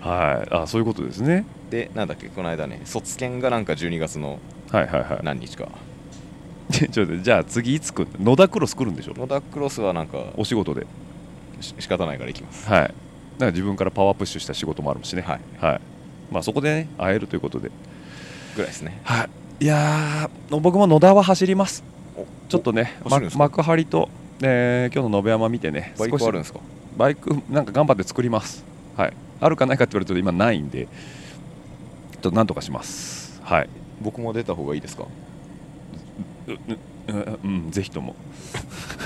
S8: はいあそういうことですね
S9: でなんだっけこの間ね卒検がなんか12月の
S8: はいはいはい
S9: 何日か
S8: ちょちょっとじゃあ次いつ来る野田クロス来るんでしょ
S9: 野田クロスはなんか
S8: お仕事で
S9: し仕方ないから行きます
S8: はいなんか自分からパワープッシュした仕事もあるしねはい、まあそこでね会えるということで
S9: ぐらいですね
S8: はいいやー僕も野田は走りますちょっとね
S9: お走
S8: ま
S9: るんですか
S8: 幕張と、えー今日の延山見てね
S9: バイク
S8: 少し
S9: あるんですか
S8: バイクなんか頑張って作りますはいあるかないかって言われると今ないんでちょっとなんとかしますはい
S9: 僕も出た方がいいですか
S8: うううんぜひとも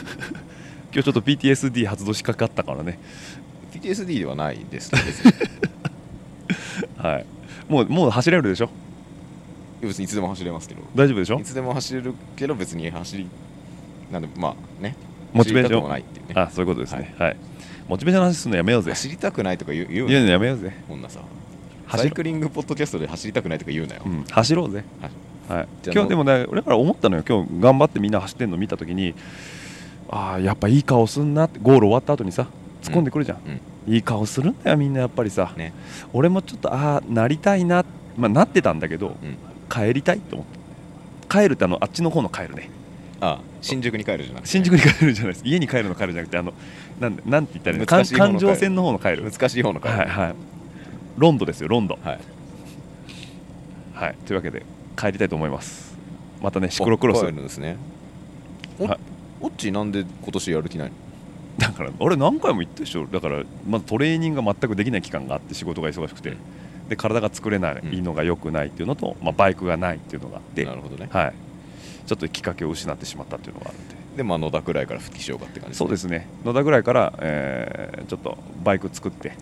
S8: 今日ちょっと PTSD 発動しかかったからね
S9: PTSD ではないです ね
S8: はいもうもう走れるでしょ
S9: 別にいつでも走れますけど
S8: 大丈夫でしょ
S9: いつでも走れるけど別に走りなんでまあね
S8: モチベーシ
S9: 走りたく
S8: ョ
S9: も
S8: ン
S9: ないっていうね
S8: あそういうことですねはい、モチベーションの話するのやめようぜ
S9: 走りたくないとか言う言う
S8: 言うのやめようぜ
S9: こんなさサイクリングポッドキャストで走りたくないとか言うなよ、
S8: うん走ろうぜ
S9: はい
S8: はい、
S9: じゃあ
S8: 今日でもね俺から思ったのよ今日頑張ってみんな走ってんの見た時にああやっぱいい顔すんなってゴール終わった後にさ突っ込んでくるじゃん、いい顔するんだよみんなやっぱりさ、俺もちょっとああなりたいな、まあ、なってたんだけど、帰りたいと思って帰るってあのあっちの方の帰るね
S9: あ新宿に帰るじゃなくて
S8: 新宿に帰るじゃないです家に帰るの帰るじゃなくてあのなんなんて言ったらいいの
S9: 難しい方
S8: 環
S9: の帰る
S8: 状線の方の帰る
S9: 難しい方の帰る
S8: はいはいロンドですよロンド
S9: はい、
S8: はい、というわけで帰りたいと思います
S2: またねシクロクロス
S9: あいっぱいあるんですねオッチなんで今年やる気ないの
S2: だから俺何回も言ったでしょだからまずトレーニングが全くできない期間があって仕事が忙しくて、で体が作れないのが良くないっていうのと、まあ、バイクがないっていうのがあってなるほど、ねはい、ちょっときっかけを失ってしまったっていうのがあるんで
S9: で、まあ、野田くらいから復帰しようかって感じ
S2: そうですね野田ぐらいから、えーちょっとバイク作って、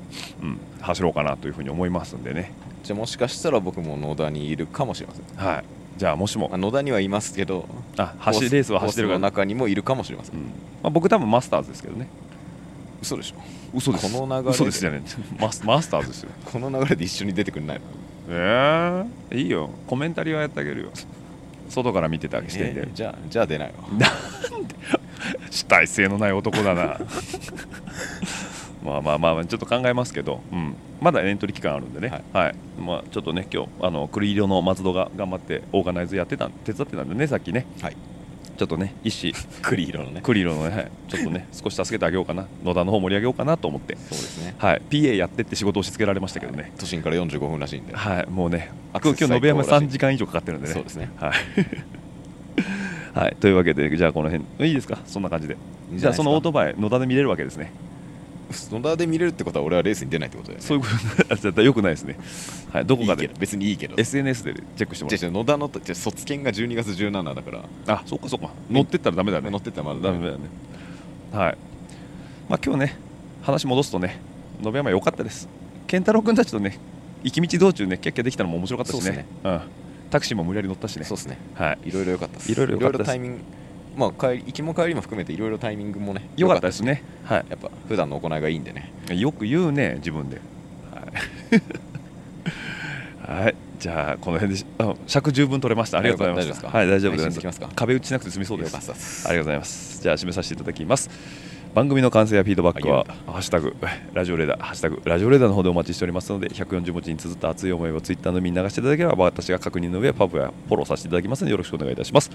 S2: うん、走ろうかなというふうに思いますんでね
S9: じゃあもしかしたら僕も野田にいるかもしれません
S2: はいじゃあもしも
S9: 野田にはいますけど
S2: あ走レースは走ってるから
S9: コースの中にもいるかもしれません、
S2: まあ、僕多分マスターズですけどね
S9: 嘘でしょ
S2: 嘘です
S9: この流れ
S2: 嘘ですじゃね マスマスターズですよ
S9: この流れで一緒に出てくれないの
S2: ええいいよコメンタリーはやってあげるよ外から見てたりしてんで、
S9: えーじゃあじゃあ出ないわ
S2: 主体性のない男だなまあまあまあちょっと考えますけど、うん、まだエントリー期間あるんでね、はいまあ、ちょっとね今日あの栗色の松戸が頑張ってオーガナイズやってたん手伝ってたんでねさっきね、ちょっとね一子
S9: 栗色のね
S2: 栗色のね、はいちょっとね 少し助けてあげようかな野田の方盛り上げようかなと思ってそうです
S9: ね、
S2: はい、PA やってって仕事を押し付けられましたけどね、
S9: 都心から45分らしいんで
S2: はい、もうね、
S9: アク
S2: 今
S9: セス
S2: 日延山
S9: 最高らしい
S2: 3時間以上かかってるんでね。
S9: そうですね
S2: はいはい、 というわけで、じゃあこの辺いいですか、そんな感じで。
S9: いん
S2: じ
S9: じ
S2: ゃ
S9: ゃないですか
S2: あそのオートバイ、野田で見れるわけですね。
S9: 野田で見れるってことは俺はレースに出ないってことだよね
S2: そういうこと、絶対よくないですね。はい、どこかで。
S9: 別にいいけど
S2: SNS でチェックしてもら
S9: 違う違う野田のと違う卒検が12月17だから
S2: あそっかそっか乗ってったらダメだね
S9: 乗ってったらまだ
S2: ダメだよね。はい。まあ今日ね、話戻すとね、延山良かったです。健太郎君たちとね、行き道道中ね、キャッキャできたのも面白かったし
S9: そうっす
S2: ね
S9: ね。
S2: うん。タクシーも無理やり乗ったしね。
S9: そうですね
S2: はい。
S9: いろいろ良かったです
S2: いろいろ良かったです
S9: タイミングまあ帰り行きも帰りも含めていろいろタイミングもね
S2: 良かったですね。はい。
S9: やっぱ普段の行いがいいんでね
S2: よく言うね自分ではい はいじゃあこの辺でしあ尺十分取れましたありがとうございました
S9: はい
S2: はい大丈夫
S9: 配信
S2: です
S9: できますか
S2: 壁打ちしなくて済みそうです
S9: よかったです
S2: ありがとうございますじゃあ締めさせていただきます番組の感想やフィードバックは「ハッシュタグラジオレーダー」「ハッシュタグラジオレーダー」の方でお待ちしておりますので140文字に綴った熱い思いをツイッターのみに流していただければ私が確認の上パブやフォローさせていただきますのでよろしくお願いいたします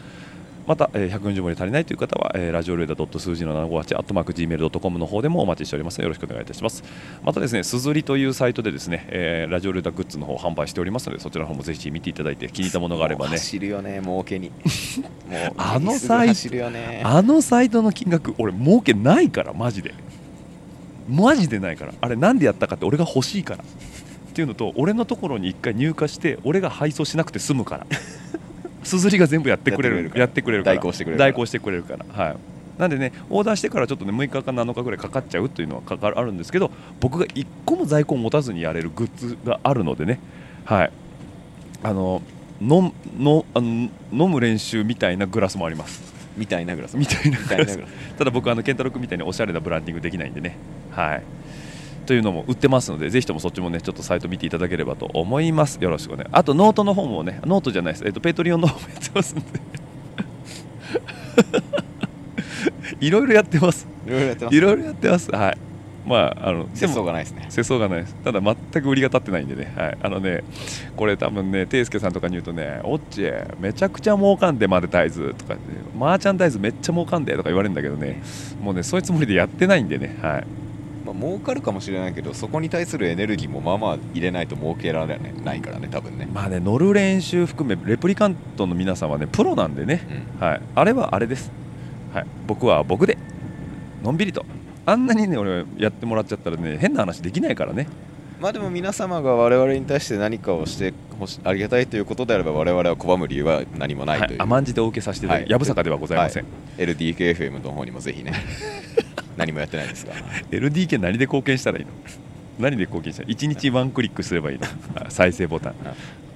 S2: また、えー140文字足りないという方は、えーラジオレーダー数字の758アットマーク Gmail.com の方でもお待ちしておりますのでよろしくお願いいたしますまたですねすずりというサイトでですね、えーラジオレーダーグッズの方を販売しておりますのでそちらの方もぜひ見ていただいて気に入ったものがあればね
S9: 走るよね儲 けにもう
S2: あの
S9: すぐ
S2: サイ
S9: 走るよね
S2: あのサイトの金額俺儲けないからマジでマジでないからあれなんでやったかって俺が欲しいからっていうのと俺のところに一回入荷して俺が配送しなくて済む からすずりが全部やってくれるやってくれるから
S9: 代行してくれるから
S2: 代行してくれるからはいなんでねオーダーしてからちょっとね6日か7日ぐらいかかっちゃうというのはかかるあるんですけど僕が1個も在庫を持たずにやれるグッズがあるのでねはいあの飲むのあの飲む練習みたいなグラスもあります
S9: みたいなグラス
S2: みたいなグラ
S9: みたいな
S2: ス
S9: グラ
S2: ただ僕あの健太郎君みたいにおしゃれなブランディングできないんでねはいというのも売ってますのでぜひともそっちもねちょっとサイト見ていただければと思いますよろしくねあとノートの方もねノートじゃないですえっとペイトリオンの方もやってますんで いろいろやってます
S9: いろいろやってます
S2: いろいろやってますはいまああの
S9: 節操がないですね
S2: 世相がないですただ全く売りが立ってないんでね、はい、あのねこれ多分ねていすけさんとかに言うとね「オッチめちゃくちゃ儲かんでマルタイズ」とか、ね「マーチャンダイズめっちゃ儲かんで」とか言われるんだけどねもうねそういうつもりでやってないんでねはい
S9: まあ儲かるかもしれないけどそこに対するエネルギーもまあまあ入れないと儲けられないからね多分ね
S2: まあね乗る練習含めレプリカントの皆さんはねプロなんでね、はい、あれはあれです、はい、僕は僕でのんびりとあんなにね俺やってもらっちゃったらね変な話できないからね
S9: まあでも皆様が我々に対して何かをしてほしありがたいということであれば我々は拒む理由は何もないという、
S2: 甘んじてお受けさせていただき、やぶさかではございません、
S9: LDKFM の方にもぜひね 何もやってないですが
S2: LDK 何で貢献したらいいの何で貢献したら1日ワンクリックすればいい のあ再生ボタン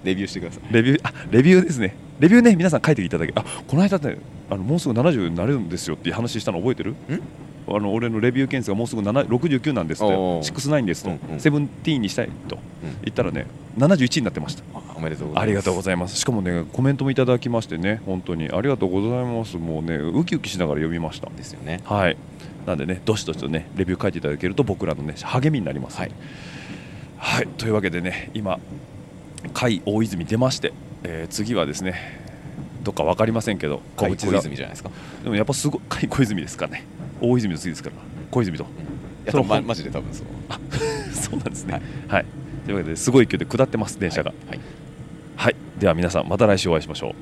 S9: レビューしてください
S2: レビューあレビューですねレビューね皆さん書いていただけあこの間ねあのもうすぐ70になるんですよっていう話したの覚えてるあの俺のレビュー件数がもうすぐ7 69なんですと
S9: おー
S2: 69ですと、17にしたいと言ったらね71になってました
S9: おめでとうございます
S2: ありがとうございますしかもねコメントもいただきましてね本当にありがとうございますもうねウキウキしながら読みましたです
S9: よね
S2: はいなんでねどしどしとねレビュー書いていただけると僕らのね励みになりますはい、はい、というわけでね今甲斐大泉出まして、えー次はですねどっか分かりませんけど
S9: 甲斐
S2: 小淵
S9: 小
S2: 沢
S9: 泉じゃないですか
S2: でもやっぱすごい甲斐小泉ですかね大泉の次ですから小泉と、
S9: や
S2: その
S9: まマジで多分そう
S2: あ そうなんですね。はい。というわけですごい勢いで下ってます電車が。はい。はい。では皆さんまた来週お会いしましょう。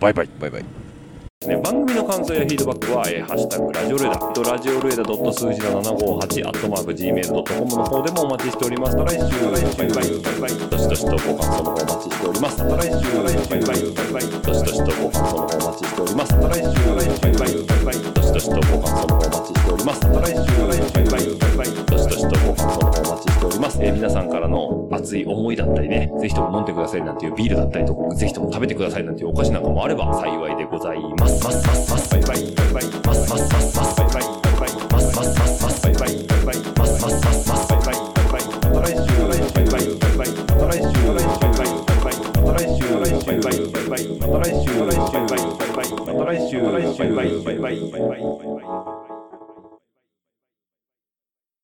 S2: バイバイ
S14: バイバイ
S2: ね、番組の感想やフィードバックは、えーハッシュタグラジオルエダ、えっとラジオルエダ数字の758、アットマーク Gmail.com の方でもお待ちしております。また来週、バイバイ、バイバイ、どしどしとご感想の方お待ちしております。また来週、バイバイ、バイバイ、どしどしとご感想の方お待ちしております。また来週、バイバイ、バイバイ、どしどしとご感想の方お待ちしております。また来週、バイバイ、バイバイ、どしどしとご感想の方お待ちしております。えー皆さんからの熱い思いだったりね、ぜひとも飲んでくださいなんていうビールだったりとか、ぜひとも食べてくださいなんていうお菓子なんかもあれば幸いでございます。ますますますバイバイバイバイますますますますバイバイバイバイますますますますバイバイバイバイますますますますバイバイバイバイまた来週バイバイバイバイまた来週バイバイバイバイまた来週バイバイバイバイまた来週バイバイバイバイまた来週バイバイバイバイバイバイバイバイ